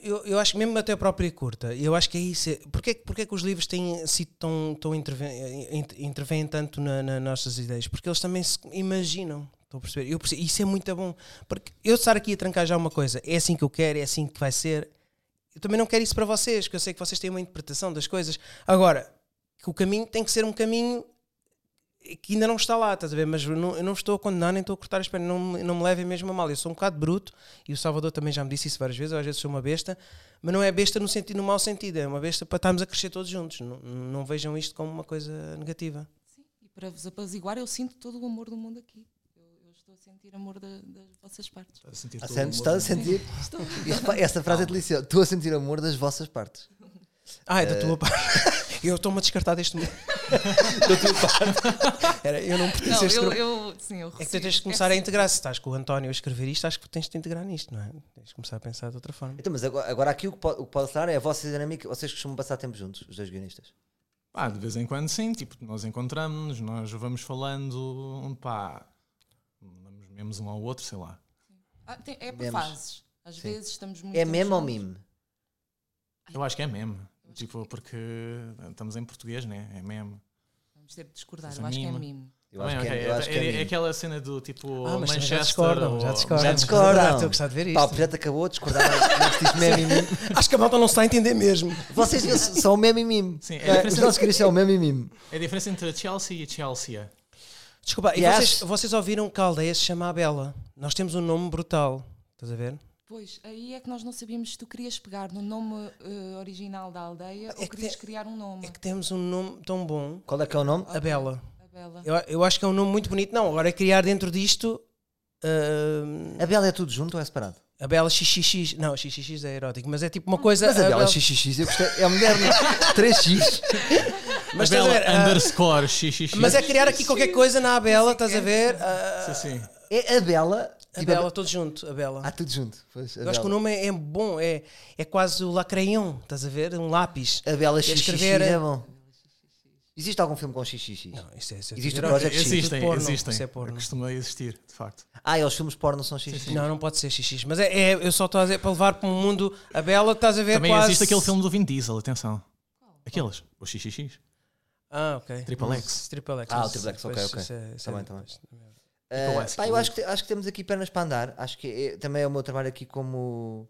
Eu, eu acho que mesmo até a própria curta, eu acho que é isso. é- Porquê, porquê que os livros têm sido tão, tão intervêm, in- intervêm tanto nas na nas nossas ideias? Porque eles também se imaginam. Estou a perceber? Eu percebo- isso é muito bom. Porque eu estar aqui a trancar já uma coisa, é assim que eu quero, é assim que vai ser. Eu também não quero isso para vocês, porque eu sei que vocês têm uma interpretação das coisas. Agora, que o caminho tem que ser um caminho é que ainda não está lá, estás a ver? Mas eu não, eu não estou a condenar nem estou a cortar as pernas, não, me- não me levem mesmo a mal. Eu sou um bocado bruto e o Salvador também já me disse isso várias vezes. Eu às vezes sou uma besta, mas não é besta no, sentido, no mau sentido, é uma besta para estarmos a crescer todos juntos. Não, não vejam isto como uma coisa negativa. Sim. E para vos apaziguar, eu sinto todo o amor do mundo aqui. Eu, eu estou a sentir amor da- das vossas partes. Estás a sentir Ah, todo o sentes- humor Estás a do- sentir? Estou. Epá, Essa frase é deliciosa. Estou a sentir amor das vossas partes. Ah, é da tua parte. Eu estou-me a descartar deste mundo. Era, eu não pertenço Não, a este eu, grupo. eu, sim, eu É que tu tens de recebi- começar a integrar. Se estás com o António a escrever isto, acho que tens de te integrar nisto, não é? Tens de começar a pensar de outra forma. Então, mas agora, agora aqui o que pode, o que pode falar é a vossa dinâmica. Vocês costumam passar tempo juntos, os dois guionistas. Pá, de vez em quando sim, tipo, nós encontramos, nós vamos falando, pá, damos memes um ao outro, sei lá. Ah, tem- é por Memes. fases. Às Sim. vezes estamos muito. É meme ou emocionados. mime? Eu acho que é meme, tipo, porque estamos em português, né? É meme. Vamos ter de discordar. Isso Eu acho que é mime. mime. Eu acho que Também, é, ok, eu acho que é mime. aquela cena do tipo Ah, mas também Manchester já discordam, ou- já discordam. Já discordam. Discordam. Estou a gostar de ver Pá, o isto. projeto acabou de discordar. mas diz meme e é mime. Acho que a malta não se está a entender mesmo. Vocês são o meme e mime. Sim, é a Não é? Os diferença- nossos guionistas são o meme e mime. É a diferença entre a Chelsea e a Chelsea. Desculpa, e Yes. vocês, vocês ouviram que a aldeia se chama Abela? Nós temos um nome brutal, estás a ver? Pois, aí é que nós não sabíamos se tu querias pegar no nome eh, original da aldeia ou É que querias tem- criar um nome. É que temos um nome tão bom. Qual é que é o nome? A Bela. A Bela. Eu, eu acho que é um nome muito bonito. Não, agora é criar dentro disto. ah, A Bela é tudo junto ou é separado? a Bela XXX. Não, XXX é erótico, mas é tipo uma coisa. Mas a Bela XXX, eu gostei, é moderna. 3x. Mas estás a Bela ver? ah, underscore xxx. mas é criar aqui qualquer coisa na Abela, estás a ver? Ah, Sim, sim. É a Bela. a Bela, todos junto, a Bela. Ah, tudo junto. Pois, a Eu acho que o Bela. nome é, é bom, é, é quase o lacrayon, estás a ver? Um lápis. A Bela Quer XXX escrever- é bom. Existe algum filme com XXX? Não, isso é, isso é Existe tudo o Project erótico, X. isso é tudo Existem, porno, existem. Isso é porno. Costuma existir, de facto. Ah, e os filmes porno são XXX. Não, não pode ser XX. Mas é, é- eu só estou a dizer para levar para um mundo a Bela, estás a ver Também É quase. existe aquele filme do Vin Diesel, atenção. Aqueles, o XXX. Ah, ok. Triple X. Mas- Triple X. Ah, o mas Triple X, ok, depois ok. isso é- isso Tá é bem, tá bem. depois. Ah, com esse pá, eu clube. acho que, acho que temos aqui pernas para andar. Acho que é- também é o meu trabalho aqui como,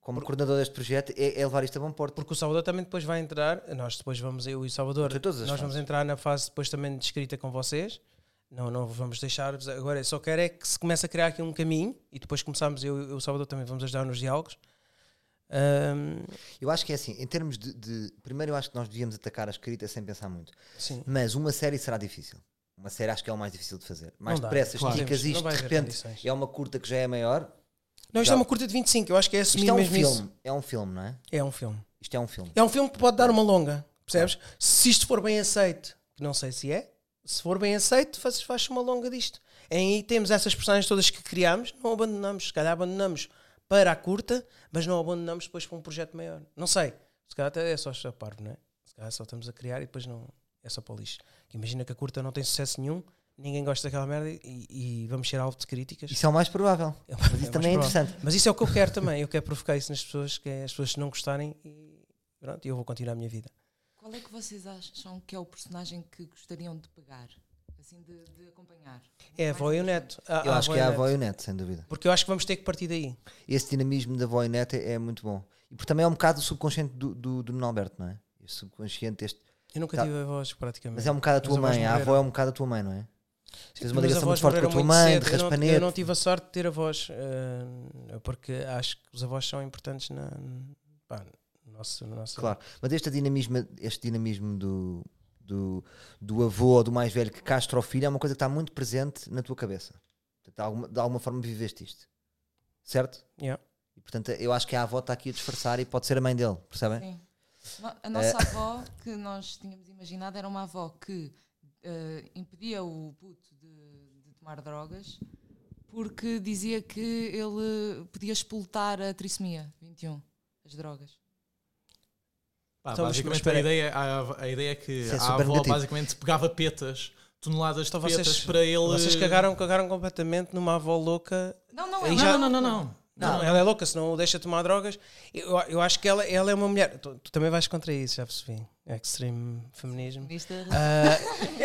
como coordenador deste projeto, é, é levar isto a bom porto. Porque o Salvador também depois vai entrar, nós depois vamos, eu e o Salvador, Tem todas as nós vamos fases. entrar na fase depois também de escrita com vocês. Não, não vamos deixar. Agora, eu só quero é que se comece a criar aqui um caminho e depois começamos, eu eu e o Salvador também vamos ajudar nos diálogos. Ahm, Eu acho que é assim, em termos de, de- Primeiro, eu acho que nós devíamos atacar a escrita sem pensar muito. sim. Mas uma série será difícil. Uma série acho que é o mais difícil de fazer. Mais Não dá, depressa, claro. esticas Não isto, vai de haver repente condições. é uma curta que já é maior. Não, isto Já. é uma curta de 25, eu acho que é assumir Isto é um mesmo filme. isso. É um filme, não é? É um filme. Isto é um filme. É um filme que pode dar uma longa, percebes? Se isto for bem aceito, que não sei se é, se for bem aceito, faz- faz-se uma longa disto. É Aí temos essas personagens todas que criámos, não abandonamos. Se calhar abandonamos para a curta, mas não abandonamos depois para um projeto maior. Não sei. Se calhar até é só esta parvo, não é? Se calhar só estamos a criar e depois não. É só para o lixo. Imagina que a curta não tem sucesso nenhum, ninguém gosta daquela merda e, e vamos ser alvo de críticas. Isso é o mais provável. Mas mais isso também é provável. interessante. Mas isso é o que eu quero também. Eu quero provocar isso nas pessoas, que é as pessoas não gostarem e pronto, eu vou continuar a minha vida. Qual é que vocês acham que é o personagem que gostariam de pegar? Assim, de, de acompanhar? É a avó e o neto. A- Eu a acho avó que e é o a neto. avó e o neto, sem dúvida. Porque eu acho que vamos ter que partir daí. esse dinamismo da avó e neta é muito bom. E porque também é um bocado o subconsciente do, do, do Nuno Alberto, não é? Esse subconsciente, este. Eu nunca Tá. tive avós praticamente. Mas é um bocado a tua avós mãe, a morreram. avó é um bocado a tua mãe, não é? Tens uma Meus ligação avós muito forte com a morreram tua muito mãe, cedo. de Eu não- Eu não raspanete. tive a sorte de ter avós, eh, porque acho que os avós são importantes na, pá, no nosso, no nosso- Claro, mas este dinamismo, este dinamismo do, do, do avô ou do mais velho que castra o filho é uma coisa que está muito presente na tua cabeça. Portanto, de, alguma, de alguma forma viveste isto, certo? Yeah. E, portanto, eu acho que a avó está aqui a disfarçar e pode ser a mãe dele, percebem? assim. Sim. No- A nossa Eh, avó, que nós tínhamos imaginado, era uma avó que eh, impedia o puto de, de tomar drogas porque dizia que ele podia expultar a trissomia 21, as drogas. Pá, Então, mas- mas basicamente espera a aí. ideia, a, a ideia é que Isso é a super avó negativo. basicamente pegava petas, toneladas de Então petas vocês, para ele. vocês cagaram, cagaram completamente numa avó louca Não, não, Aí ela- já- Não, não, não, não. Não, ela é louca, se não o deixa tomar drogas. Eu, eu acho que ela, ela é uma mulher. Tu, tu também vais contra isso, já percebi. Extreme feminismo. Isto é-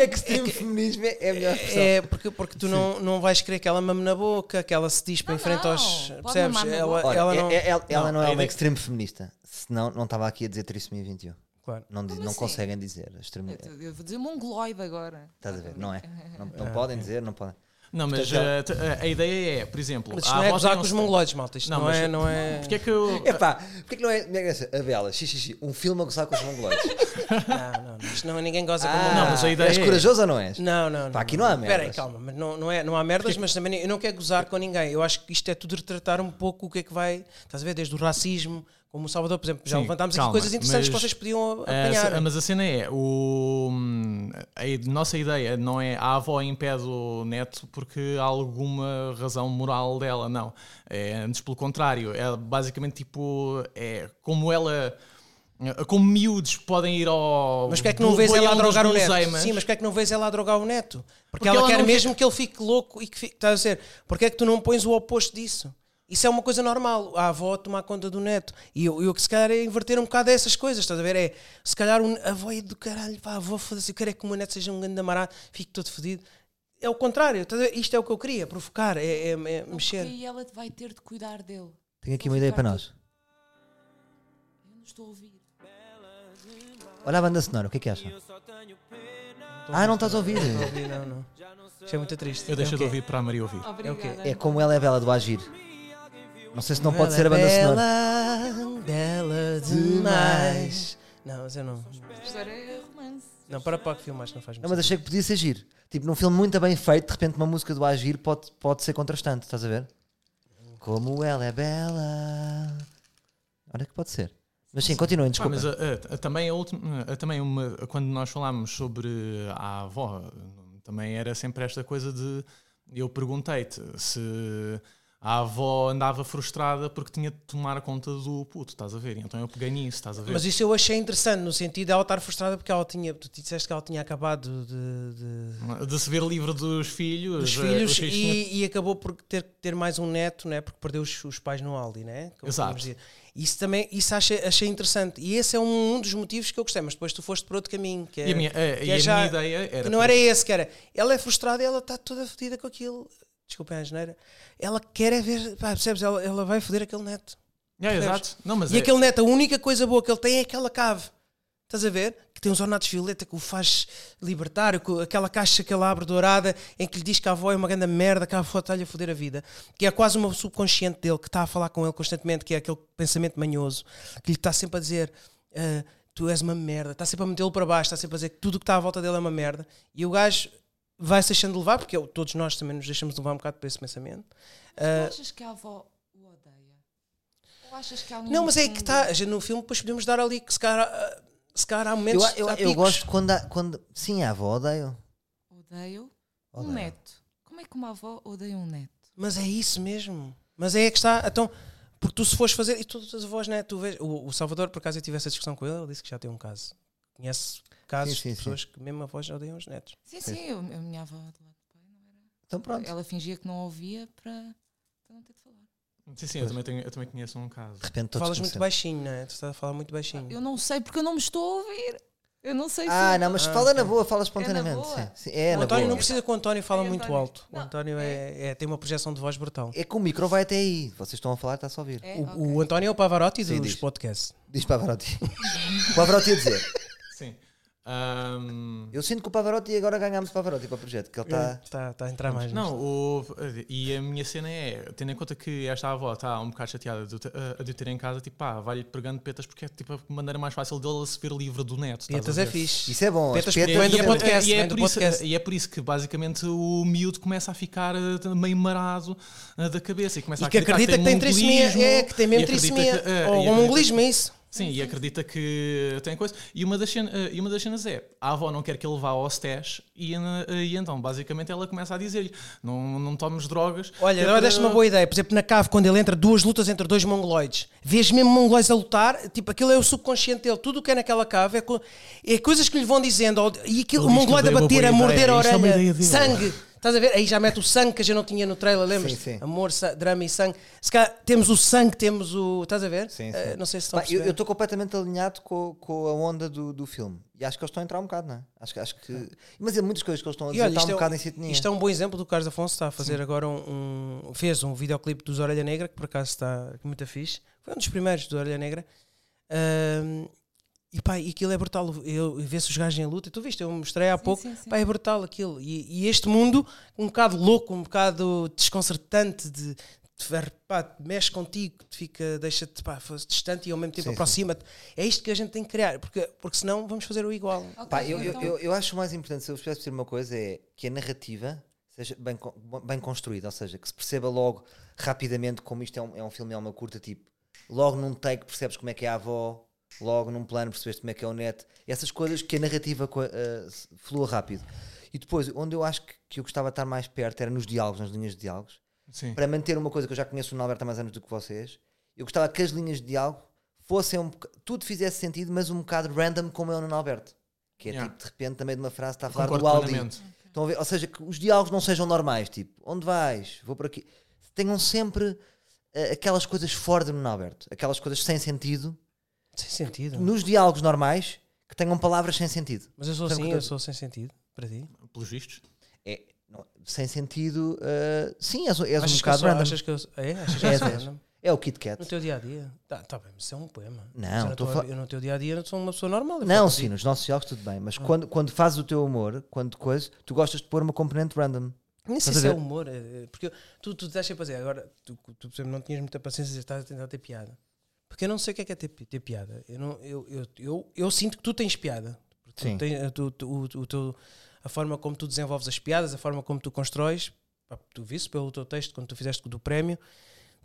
Ah, Extremo feminismo é a melhor expressão. é porque, porque tu não, não vais querer que ela mame na boca, que ela se dispa em Não, frente não, aos. pode Percebes? mamar na Ela, boca. Olha, ela é- não. é- ela- ela não, não é a uma ideia- extremo feminista. Senão não estava aqui a dizer trissomia 21. Claro. Não, diz- Como não assim? conseguem dizer. Extremo, É, Eu tô- Eu vou dizer mongoloide agora. estás a ver? Não é. Não, não podem dizer, não podem. Não, mas Portanto, uh, t- a, a ideia é, por exemplo, Então Mas a isto não é avó gozar tinha com um os sta- mongoloides, malta. Isto Não, não, mas- é. Não é... Porque é que eu. Epá, porquê que não é. Minha graça, a Bela, xixi, um filme a gozar com os mongolões. Ah, Não, não, não. Isto não, ninguém goza com Ah, mongoloides. mas a ideia És é- corajoso ou não és? Não, não, não. Pá, Tá aqui não há Espera aí, merdas. calma, mas não, não, é, não há merdas, mas também eu não quero gozar com ninguém. Eu acho que isto é tudo retratar um pouco o que é que vai, estás a ver, desde o racismo, como o Salvador, por exemplo, já Sim, levantámos calma, aqui coisas interessantes mas, que vocês podiam Ah, apanhar. se- mas a cena é, o, a i- nossa ideia não é a avó impede o neto porque há alguma razão moral dela, não. É, antes pelo contrário, é basicamente tipo, é como ela, como miúdos podem ir ao... Mas porque é que não bo- vês ela a boião das drogar o neto? guloseimas. Sim, mas porque é que não vês ela a drogar o neto? Porque, Porque ela, ela quer não mesmo que ele fique louco e que fique. Estás a dizer? Porque é que tu não pões o oposto disso? Isso é uma coisa normal, a avó tomar conta do neto. E eu, eu que se calhar é inverter um bocado essas coisas, estás a ver? É, se calhar um, a avó é do caralho, pá, a avó foda-se, eu quero é que o meu neto seja um grande amarado, fique todo fodido. É o contrário, estás a ver? isto é o que eu queria, provocar, é, é- é Não, mexer. Porque aí ela vai ter de cuidar dele. Tenho aqui uma ideia para nós. Eu não estou a ouvir. Olha a banda sonora, o que é que acham? Ah, não estás a ouvir. Não ouvi, não, não. Isto é muito triste. Eu deixo É o quê? de Ah, ouvir para a Maria ouvir. Obrigada. É como ela é bela do agir. Não sei se não pode ser a banda sonora. é Bela, bela demais. Não, mas eu não. História é romance. Não, para para que filmaste, não faz Não, muito mas achei que podia ser giro. Tipo, num filme muito bem feito, de repente uma música do Agir pode, pode ser contrastante, estás a ver? Como ela é bela. Olha que pode ser. Mas sim, continuem, Pá, desculpa. mas ah, ah, também, a última, ah, também uma, quando nós falámos sobre a avó, também era sempre esta coisa de eu perguntei-te se a avó andava frustrada porque tinha de tomar conta do puto, estás a ver? Então eu peguei nisso, estás a ver? Mas isso eu achei interessante, no sentido de ela estar frustrada porque ela tinha. Tu disseste que ela tinha acabado de. de- de se ver livre dos filhos, dos eh, filhos os tinham- e, e acabou por ter, ter mais um neto, né? porque perdeu os, os pais no Aldi, né? Como Exato. podemos dizer. Isso também isso achei, achei interessante. E esse é um, um dos motivos que eu gostei, mas depois tu foste por outro caminho. Que é, E a minha- é, que e é a já- minha ideia era Que não era esse, que era. Ela é frustrada e ela está toda fodida com aquilo. Desculpem a geneira. Ela quer é ver. Pá, percebes? Ela, ela vai foder aquele neto. É, exato. Não, mas E é- aquele neto, a única coisa boa que ele tem é aquela cave. Estás a ver? Que tem uns ornatos violeta que o faz libertar, com aquela caixa que ele abre dourada, em que lhe diz que a avó é uma grande merda, que a avó está-lhe a foder a vida. Que é quase uma subconsciente dele que está a falar com ele constantemente, que é aquele pensamento manhoso, que lhe está sempre a dizer. "Ah, Tu és uma merda, está sempre a metê-lo para baixo, está sempre a dizer que tudo o que está à volta dele é uma merda. E o gajo vai se deixando levar, porque eu- todos nós também nos deixamos levar um bocado por esse pensamento. Ah, Mas tu achas que a avó o odeia? Ou achas que há um Não, mas é que está. No filme depois podemos dar ali que se calhar, ah, se calhar há eu, momentos. eu, há eu picos. gosto quando, há- quando. Sim, a avó odeio. Odeio um Odeio. neto. Como é que uma avó odeia um neto? Mas é isso mesmo. Mas é que está. Então, porque tu se fores fazer. E todas as vozes, né? Tu vês, o, o Salvador, por acaso eu tive essa discussão com ele, ele disse que já tem um caso. Conhece casos Sim, sim, de pessoas que mesmo a voz odeiam os netos. Sim, sim, eu- a minha avó do lado do pai não era. Então pronto. Ela fingia que não ouvia para para não ter de falar. Sim, sim, eu também, tenho- eu também conheço um caso. De repente Tu todos falas muito conhecemos. baixinho, né? Tu estás a falar muito baixinho. Eu não sei porque eu não me estou a ouvir. Eu não sei Ah, se. não, mas Ah, fala na boa, fala espontaneamente. É boa. sim. Sim, é, o na António boa. não precisa que o António fala Ai, muito António. alto. Não, o António é, é- tem uma projeção de voz brutal. É que o micro vai até aí. Vocês estão a falar, está só a ouvir. É, o, ok. o António é o Pavarotti Sim, dos diz. podcasts. Diz Pavarotti. o Pavarotti a dizer. Sim. Ahm, Eu sinto que o Pavarotti agora ganhámos Pavarotti para o projeto, que ele está. Está tá a entrar mais. nisto. Não, o- e a minha cena é, tendo em conta que esta avó está um bocado chateada de, eu te- eh, de eu ter em casa, tipo, pá, vai-lhe pregando petas porque é tipo, a maneira mais fácil dele se ver livre do neto. estás a Tetas é ver? fixe. Isso é bom. as Tetas petas- E, Vem do e é- podcast, e é vem do por isso, podcast. e é por isso que basicamente o miúdo começa a ficar eh, meio marado eh, da cabeça e começa E a que acredita acreditar que tem mongolismo, trissomia. É, que tem e mesmo acredita trissomia. que- eh, Ou e acredita- homongolismo, é isso. Sim, e acredita que tem coisa. E uma, das cena- eh, e uma das cenas é: a avó não quer que ele vá aos testes, e, eh, e então, basicamente, ela começa a dizer-lhe: não, não tomes drogas. Olha, que é agora para- deste uma boa ideia. Por exemplo, na cave, quando ele entra, duas lutas entre dois mongoloides. Vês mesmo mongoloides a lutar, tipo, aquilo é o subconsciente dele. Tudo o que é naquela cave é, co- é coisas que lhe vão dizendo. ou- E aquilo, Ele o diz mongoloide a que eu dei bater, uma boa a morder a ideia. Isto é uma orelha, ideia dele. sangue. Estás a ver? Aí já mete o sangue que a gente não tinha no trailer, lembras? Sim, sim. Amor, sa- drama e sangue. Se cá temos o sangue, temos o. Estás a ver? Sim, sim. Eh, não sei se estão a Pá, eu perceber. estou completamente alinhado com, com a onda do, do filme. E acho que eles estão a entrar um bocado, não é? Acho, que- acho que. Mas há muitas coisas que eles estão a E dizer olha, está um isto, bocado em é, sintonia. isto é um bom exemplo do Carlos Afonso está a fazer agora um, um- fez um videoclipe dos Orelha Negra que por acaso está muito fixe foi um dos primeiros do Orelha Negra Ahm, e pá, e aquilo é brutal eu vê-se os gajos em luta, tu viste eu mostrei há pouco, sim, sim. Pá, é brutal aquilo e, e este mundo um bocado louco um bocado desconcertante de, de ver, pá, mexe contigo te fica, deixa-te pá, distante e ao mesmo tempo Sim, sim. aproxima-te é isto que a gente tem que criar, porque, porque senão vamos fazer o igual Ok, Pá, eu, eu, então- eu, eu acho mais importante, se eu vos pudesse dizer uma coisa, é que a narrativa seja bem, con- bem construída, ou seja, que se perceba logo rapidamente como isto é um, é um filme, é uma curta, tipo, logo num take percebes como é que é a avó, logo num plano percebeste como é que é o neto, essas coisas que a narrativa co- eh, se- flua rápido. E depois, onde eu acho que, que eu gostava de estar mais perto era nos diálogos, nas linhas de diálogos, Sim. para manter uma coisa que eu já conheço o Norberto há mais anos do que vocês, eu gostava que as linhas de diálogo fossem um boca- tudo fizesse sentido, mas um bocado random como é o Nuno Alberto. Que é Yeah. tipo, de repente, também de uma frase, está a falar Concordo do Aldi. plenamente. Estão a ver? Ou seja, que os diálogos não sejam normais, tipo, onde vais? Vou por aqui. Tenham sempre eh, aquelas coisas fora do Nuno Alberto, aquelas coisas sem sentido, sem sentido nos diálogos normais, que tenham palavras sem sentido. Mas eu sou Sabe assim, que eu- eu sou sem sentido para ti. Pelos vistos. É, não- sem sentido, eh, sim, és, és um achas, que eu bocado sou, random. achas que eu sou. É, achas que És, eu sou és. random? É o Kit Kat. No teu dia a dia? Tá, tá bem, mas isso é um poema. Não, Mas eu tô tô a a- fa- eu no teu dia a dia não sou uma pessoa normal. eu Não, falo sim, Ah. contigo. nos nossos jogos tudo bem, mas quando, quando fazes o teu humor, quando coisa, tu gostas de pôr uma componente random. Nem sei Estás a se é ver? humor, é- é- porque eu- tu, tu estás sempre a dizer, agora tu, tu por exemplo, não tinhas muita paciência, estás a tentar ter piada. Porque eu não sei o que é que é ter, pi- ter piada. Eu, não, eu, eu, eu, eu sinto que tu tens piada. Porque tu Sim. tens- tu- tu- o, o teu- a forma como tu desenvolves as piadas, a forma como tu constróis, pá, tu viste pelo teu texto, quando tu fizeste do prémio,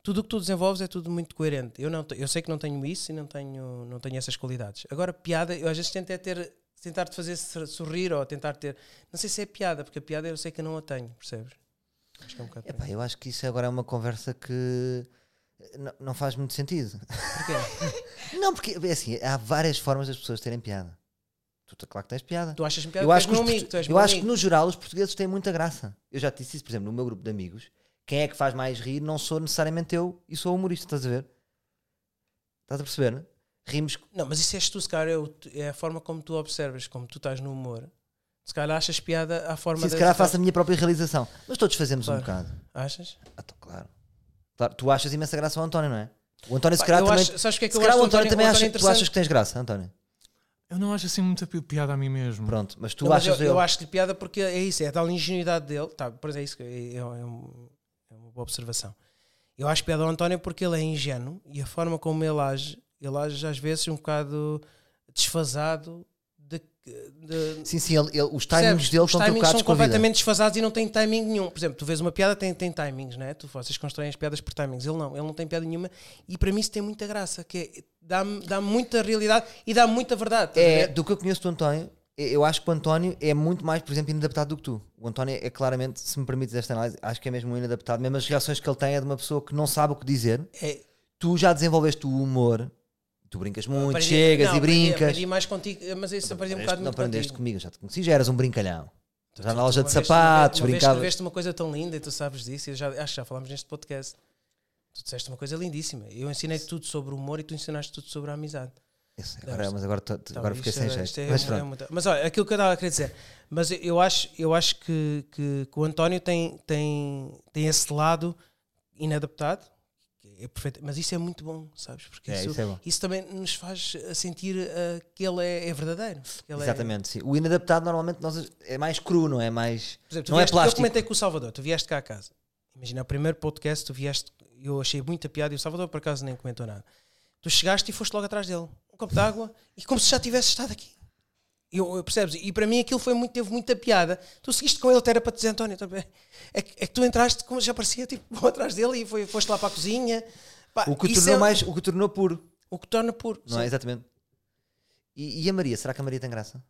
tudo o que tu desenvolves é tudo muito coerente. Eu, não, te- eu sei que não tenho isso e não tenho, não tenho essas qualidades. Agora, piada, eu às vezes tento é ter, tentar te fazer sor- sorrir ou tentar ter. Não sei se é piada, porque a piada eu sei que eu não a tenho, percebes? Acho que é um bocado. Epá, eu acho que isso agora é uma conversa que eh, não, não faz muito sentido. Porquê? Não, porque é assim, há várias formas das pessoas terem piada. Tu, tá- claro que tens piada. tu achas-me piada? Eu acho, que meu os amigo, portu- tu és eu meu acho que amigo. no geral os portugueses têm muita graça. Eu já te disse isso, por exemplo, no meu grupo de amigos. Quem é que faz mais rir não sou necessariamente eu e sou humorista, estás a ver? Estás a perceber? Né? Rimos. Não, mas isso és tu, se calhar é, o- é a forma como tu observas, como tu estás no humor. Se calhar achas piada à forma Sim, de- se calhar faço a minha própria realização. Mas todos fazemos um Claro. bocado. Achas? Ah, então, claro. Claro, Tu achas imensa graça ao António, não é? O António, se Pá, calhar, eu também. acho- sabes o que é que se eu calhar acho o do António António- também o acha. António Tu achas interessante? que tens graça, António? Eu não acho assim muita pi- piada a mim mesmo. Pronto, mas tu Não, mas achas. eu, eu acho-lhe piada porque é isso, é a tal ingenuidade dele. Tá, pois é isso, que é, é um- é uma boa observação. Eu acho piada ao António porque ele é ingênuo e a forma como ele age, ele age às vezes um bocado desfasado de. de- Sim, sim, ele- ele- os Percebes? timings dele Os estão timings trocados são com a vida. completamente desfasados e não têm timing nenhum. Por exemplo, tu vês uma piada, tem, tem timings, né? Tu, vocês constroem as piadas por timings. Ele não, ele não tem piada nenhuma. E para mim isso tem muita graça, que é, dá-me dá muita realidade e dá muita verdade. estás a é, ver? do que eu conheço do António, e- eu acho que o António é muito mais, por exemplo, inadaptado do que tu. O António é claramente, se me permites esta análise, acho que é mesmo um inadaptado. Mesmo as reações que ele tem é de uma pessoa que não sabe o que dizer. É- Tu já desenvolveste o humor, tu brincas muito, Aprendi- chegas não, e aprendi- brincas. Aprendi mais contigo, mas isso aprendi um Aprendeste- bocado não muito aprendeste contigo. comigo, já te conheci, já eras um brincalhão. Tu já na loja Uma de vez- sapatos, uma vez- brincava. Uma vez tu uma coisa tão linda e tu sabes disso, e eu já, acho que já falámos neste podcast. Tu disseste uma coisa lindíssima. Eu ensinei tudo sobre o humor e tu ensinaste tudo sobre a amizade. Isso, agora, mas agora, tô- Então, agora fiquei isto sem é- jeito. isto é mas uma- é pronto. muita- mas olha, aquilo que eu estava a querer dizer, mas eu- eu acho, eu acho que, que, que o António tem, tem, tem esse lado inadaptado, que é perfeito, mas isso é muito bom, sabes? Porque É, isso, isso é bom. isso também nos faz eh, sentir eh, que ele é, é verdadeiro. que ele é- Exatamente, sim. O inadaptado normalmente nós, é mais cru, não é? Mais, Por exemplo, tu não é vieste- Eu plástico. comentei com o Salvador, tu vieste cá a casa. Imagina, o primeiro podcast, tu vieste, eu achei muita piada e o Salvador por acaso nem comentou nada. Tu chegaste e foste logo atrás dele, um copo de água, e como se já tivesse estado aqui. Eu, eu- percebes? E para mim aquilo foi muito, teve muita piada. Tu seguiste com ele, até era para te dizer, António, tá bem. é, que, é que tu entraste, como já parecia, tipo, atrás dele e foi, foste lá para a cozinha. Pá, O que o isso tornou é mais, o que o tornou puro. O que torna puro. Não é? Exatamente. E, e a Maria? Será que a Maria tem graça?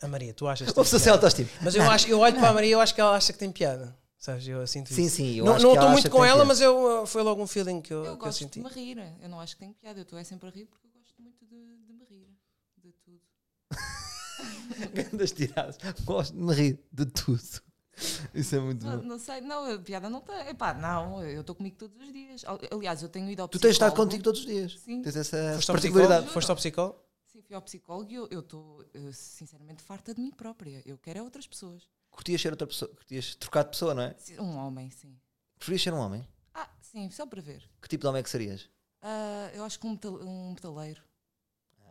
A Maria, tu achas? que Ou tem pessoa piada? sem autoestima? Mas eu, acho, eu olho para a Maria e eu acho que ela acha que tem piada. Sabes? Eu sinto Sim, isso. sim. Eu não acho não que estou acha muito que é com tem ela, piada. mas eu, uh, foi logo um feeling que eu, Eu que eu gosto senti. de me rir. Eu não acho que tenho piada. Eu estou é sempre a rir porque eu gosto muito de, de me rir. De tudo. Grandes tiradas. Gosto de me rir de tudo. Isso é muito Não, bom. não sei, não, eu- piada não tem. Epá, não, eu estou comigo todos os dias. Al- Aliás, eu tenho ido ao Tu tens estado psicólogo. contigo todos os dias. Sim. Tens Foste essa ao psicólogo? particularidade. Foste ao psicólogo? Sim, fui ao psicólogo e eu- eu estou eh, sinceramente farta de mim própria. Eu quero é outras pessoas. Curtias ser outra pessoa. Curtias trocar de pessoa, não é? Se- Um homem, sim. Preferias ser um homem? Ah, sim, só para ver. Que tipo de homem é que serias? Ah, eu acho que um, metal- um metaleiro.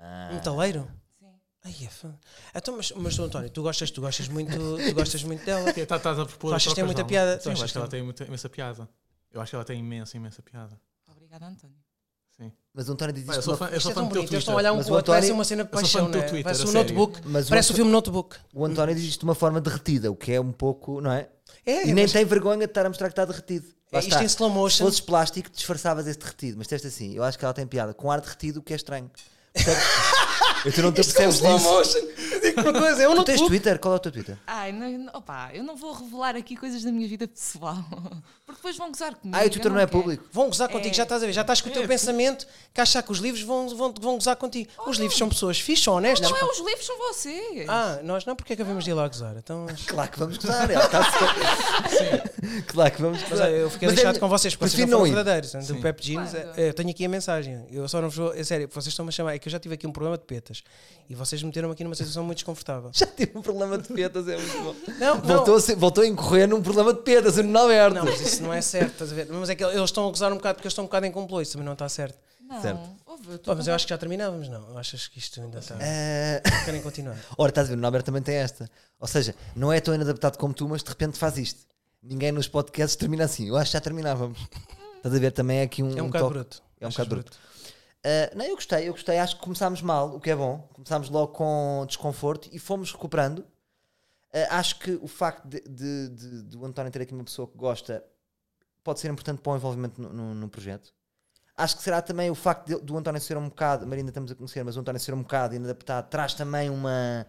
Ah, Um taleiro? Sim. Ai, é fã. Então, mas, mas tu, António, tu gostas, tu gostas muito, tu gostas muito dela. Estás tá, estás a propor. Tu achas que tem trocas, muita não? piada? Tu Sim, eu achas acho que ela que- tem muita, imensa piada. Eu acho que ela tem imensa, imensa piada. Obrigada, António. Sim. Mas o António diz Pá, eu isto. sou de uma- fã, eu Isto sou é fã tão do teu bonito, eles Twitter. estão a olhar um Mas com o o outro, parece António- uma cena de eu sou paixão, fã do teu né? Twitter, parece a um sério. notebook, Mas parece o o António- filme Notebook. O António diz isto de uma forma derretida, o que é um pouco, não é? É, e nem mas- tem vergonha de estar a mostrar que está derretido. Lá É, isto está. em slow motion. Se fosses plástico, disfarçavas esse derretido. Mas teste assim, eu acho que ela tem piada. Com ar derretido, o que é estranho. Percebes? eu tu não te Isto é um percebes slow disso. motion. Eu digo uma coisa, é um Tu tens notebook. Twitter? Qual é o teu Twitter? Ai, não, não- opá, eu não vou revelar aqui coisas da minha vida pessoal. Porque depois vão gozar comigo. Ah, e o eu Twitter não é quero. público. Vão gozar contigo, É. já estás a ver, já estás com o teu pensamento que achar que os livros vão, vão, vão gozar contigo. Os livros são pessoas fixas, são honestas. Não pá. é os livros, são vocês. Ah, nós não, porque é que havemos de ir lá gozar? Então, Claro que vamos gozar. Ela está a- Claro que vamos Mas gozar. olha, eu fiquei Mas é- lixado com vocês, porque vocês prefiro não foram ir. verdadeiros. né? Do Pep Jeans, Claro. eh, eu tenho aqui a mensagem. Eu só não vos vou. É sério, vocês estão-me a chamar. É que eu já tive aqui um problema de petas. E vocês me meteram aqui numa situação muito desconfortável. Já tive um problema de petas, é muito bom. Não, Voltou, não. a ser- voltou a incorrer num problema de petas, o Nuno Alberto. Não, mas isso não é certo, estás a ver? Mas é que eles estão a gozar um bocado porque eles estão um bocado em complô, isso também não está certo. Não, Certo. houve. eu tô Pá, mas eu com- acho que já terminávamos, não? Achas que isto ainda está. Ah, Querem continuar? Ora, estás a ver, o Norbert também tem esta. Ou seja, não é tão inadaptado como tu, mas de repente faz isto. Ninguém nos podcasts termina assim. Eu acho que já terminávamos. Estás a ver, também é aqui um, É um um bocado toque. bruto. É um Achas bocado bruto. Ah, não, eu gostei, eu gostei. Acho que começámos mal, o que é bom. Começámos logo com desconforto e fomos recuperando. Ah, acho que o facto de, de, de- do António ter aqui uma pessoa que gosta pode ser importante para o envolvimento no, no- no projeto. Acho que será também o facto de- do António ser um bocado, a Marina estamos a conhecer, mas o António ser um bocado inadaptado traz também uma.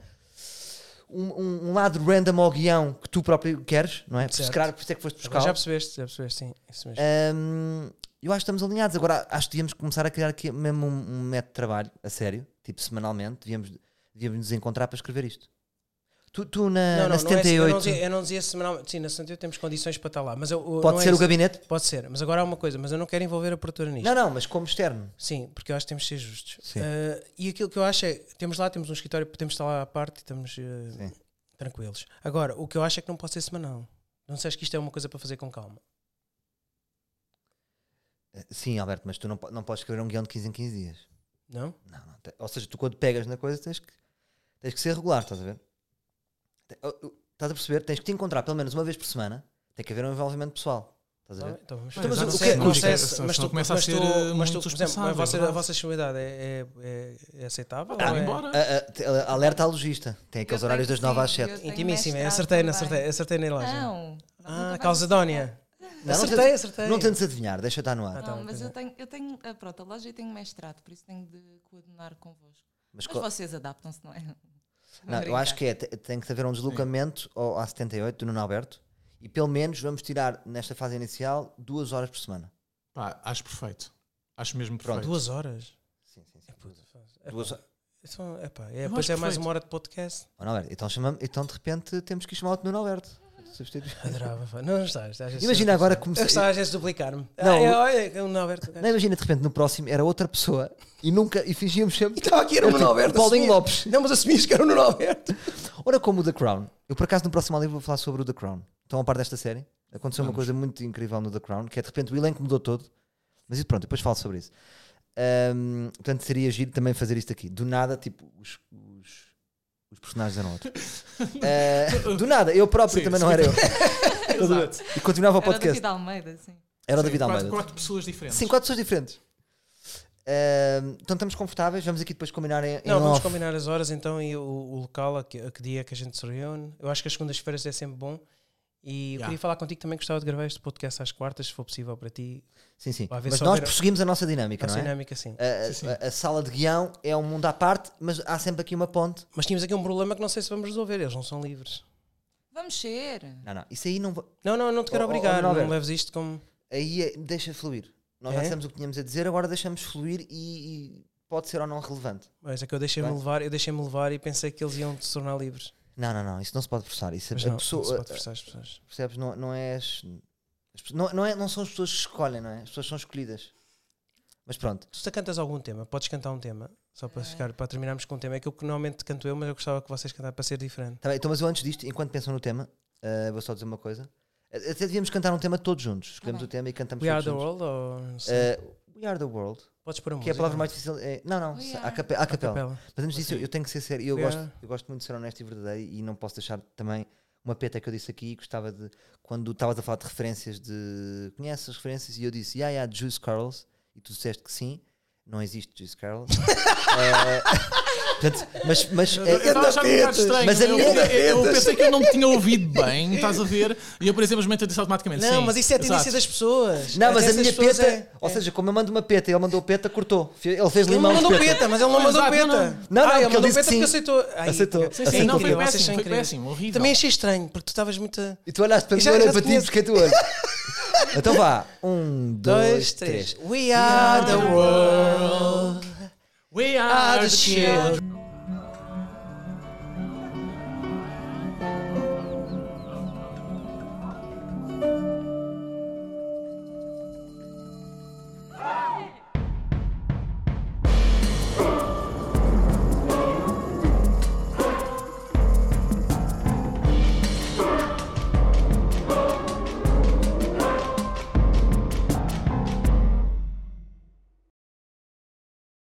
Um, um- um lado random ao guião que tu próprio queres, não é? Por, se Certo. calhar, por isso é que foste buscar. Agora já percebeste, já percebeste, sim. Isso mesmo. Hum, eu acho que estamos alinhados. Agora acho que devíamos começar a criar aqui mesmo um, um método de trabalho, a sério, tipo semanalmente. Devíamos, devíamos nos encontrar para escrever isto. Tu, tu na, na não, não é- 78 eu, não dizia, eu não dizia semanalmente. Sim, na 78 temos condições para estar lá. Mas eu, eu- pode não é ser o isso. gabinete? Pode ser, mas agora há uma coisa, mas eu não quero envolver a produtora nisto. Não, não, mas como externo. Sim, porque eu acho que temos de ser justos. Sim. Ah, e aquilo que eu acho é, temos lá, temos um escritório, podemos estar lá à parte e estamos ah, Sim. tranquilos. Agora, o que eu acho é que não pode ser semanal. Não sei, acho que isto é uma coisa para fazer com calma. Eh, Sim, Alberto, mas tu não, po- não podes escrever um guião de 15 em 15 dias. Não? Não, não. te- Ou seja, tu quando pegas na coisa tens que, tens que ser regular, estás a ver? Te- oh, oh, Estás a perceber? Tens que te encontrar pelo menos uma vez por semana. Tem que haver um envolvimento pessoal. Estás a Tá ver? bem, então vamos Mas fazer. mas Não o sei- que- não o que- sei se- se- se Mas não tu, começa a mas tu, ser, eh, mas tu muito por exemplo, a responsável, vossa, a verdade. vossa sexualidade é, é, é, é aceitável? Tá, ou é- embora. Ah, ah, te- ah, alerta à logista. Tem aqueles Eu horários tenho- das 9 às sim, eu 7. tenho Intimíssima, mestrado acertei, também. acertei, acertei na imagem. Não. Ah, Calcedónia. Não, Acertei, não tentes, acertei. Não tentes adivinhar, deixa estar no ar. Ah, tá Não, bem, mas pois eu é. tenho, eu tenho, ah, pronto, a loja e tenho mestrado, por isso tenho de coordenar convosco. Mas Mas co- vocês adaptam-se, não é? não, eu acho que é, te- tem que haver um deslocamento ao, à 78 do Nuno Alberto e pelo menos vamos tirar, nesta fase inicial, duas horas por semana. Pá, acho perfeito. Acho mesmo Pronto. perfeito. Duas horas? Sim, sim, sim. É puto. Duas Epá, horas. são- epá, Eu é, depois acho é mais perfeito. uma hora de podcast. Oh, Nuno Alberto, então, chamamos, então de repente temos que chamar o Nuno Alberto. Substituir. Adorava. pá. Não, não estás. estás a ser- Imagina agora Eu gostava começar. às vezes de duplicar-me. Não, Ah, é, o- olha, é o Nuno Alberto. Não, imagina de repente no próximo era outra pessoa e nunca e fingíamos sempre. tipo, Estava Então aqui, era o Nuno Alberto, Paulinho assumia. Lopes. Não, mas assumias que era o Nuno Alberto. Ora, como o The Crown. Eu, por acaso, no próximo livro vou falar sobre o The Crown. Estão a par desta série? Aconteceu uma coisa muito incrível no The Crown, que é de repente o elenco mudou todo. Mas isso, pronto, depois falo sobre isso. Ahm, portanto, seria giro também fazer isto aqui. Do nada, tipo, os, os, os personagens eram outros. Ah, do nada, eu próprio Sim, também sim. não era eu. Exato. E continuava o Era daqui podcast. da Almeida, sim. Era o Sim, David quatro, Almeida. quatro pessoas diferentes. Sim, quatro pessoas diferentes. Ahm, então estamos confortáveis, vamos aqui depois combinar em, em Não, vamos off. combinar as horas então e o, o local, a que, a que dia é que a gente se reúne. Eu acho que as segundas-feiras é sempre bom. E eu Yeah. queria falar contigo também, gostava de gravar este podcast às quartas, se for possível para ti. Sim, sim. Vai ver Mas só nós ver- prosseguimos a nossa dinâmica, Para não é? dinâmica, sim. A, Sim, a- a sala de guião é um mundo à parte, mas há sempre aqui uma ponte. Mas tínhamos aqui um problema que não sei se vamos resolver, eles não são livres. Vamos ser. Não, não, isso aí não. va- Não, não, não te quero Oh, oh, obrigar, Nuno não me Alberto. leves isto como. Aí é- deixa fluir. Nós É? já dissemos o que tínhamos a dizer, agora deixamos fluir e, e pode ser ou não relevante. Mas é que eu deixei-me Bem. levar, eu deixei-me levar e pensei que eles iam se tornar livres. Não, não, não, isso não se pode forçar. Isso Mas a não, não pessoa, se pode forçar as pessoas. Percebes? Não, não és. as pe- Não, não, é, não são as pessoas que escolhem, não é? As pessoas são escolhidas. Mas pronto, Tu te cantas algum tema? Podes cantar um tema? Só para, É. ficar, para terminarmos com um tema. É aquilo que normalmente canto eu, mas eu gostava que vocês cantassem para ser diferente. Tá bem, então, mas eu antes disto, enquanto pensam no tema, ah, vou só dizer uma coisa. Até devíamos cantar um tema todos juntos. Escolhemos bem. o tema e cantamos Tá We are todos the juntos. world ou não sei. Ah, we are the world. Podes pôr a Que é música. a palavra mais difícil. É, não, não, We se- are. à cape- à A capela. capela. Mas antes disso, eu- eu tenho que ser sério. Eu, We gosto, are. eu gosto muito de ser honesto e verdadeiro e não posso deixar também uma peta que eu disse aqui. Gostava de. Quando estavas a falar de referências, de. Conheces as referências? E eu disse, yeah, yeah, Juice Carls. E tu disseste que sim. Não existe Juice Carls. Eh, portanto, mas. mas É, Eu eh, estava a achar um bocado estranho. Mas a eu, minha- eu- eu pensei que eu não me tinha ouvido bem, estás a ver? E eu, por exemplo, simplesmente disse automaticamente. Não, sim, mas isso é a tendência exato. das pessoas. não, mas a tendência minha das pessoas peta. é- Ou é. seja, como eu mando uma peta e ele mandou peta, cortou. Fe- Ele fez Ele não limão de mandou peta. peta. mas é ele não Não, mandou exato, peta. não, não. Não, não, ah, ele é que ele mandou disse peta que porque sim. aceitou. Ai, Aceitou. cara, Sim, é Sim, não, foi incrível, vocês péssimo, são foi incríveis. péssimo, horrível. Também achei estranho, porque tu estavas muito. a- E tu olhaste para E mim, já- eu olhei já para te ti e conheço. busquei tu olho. Então vá. Um, dois, três. We are the world. We Are are the Ah, the children. children.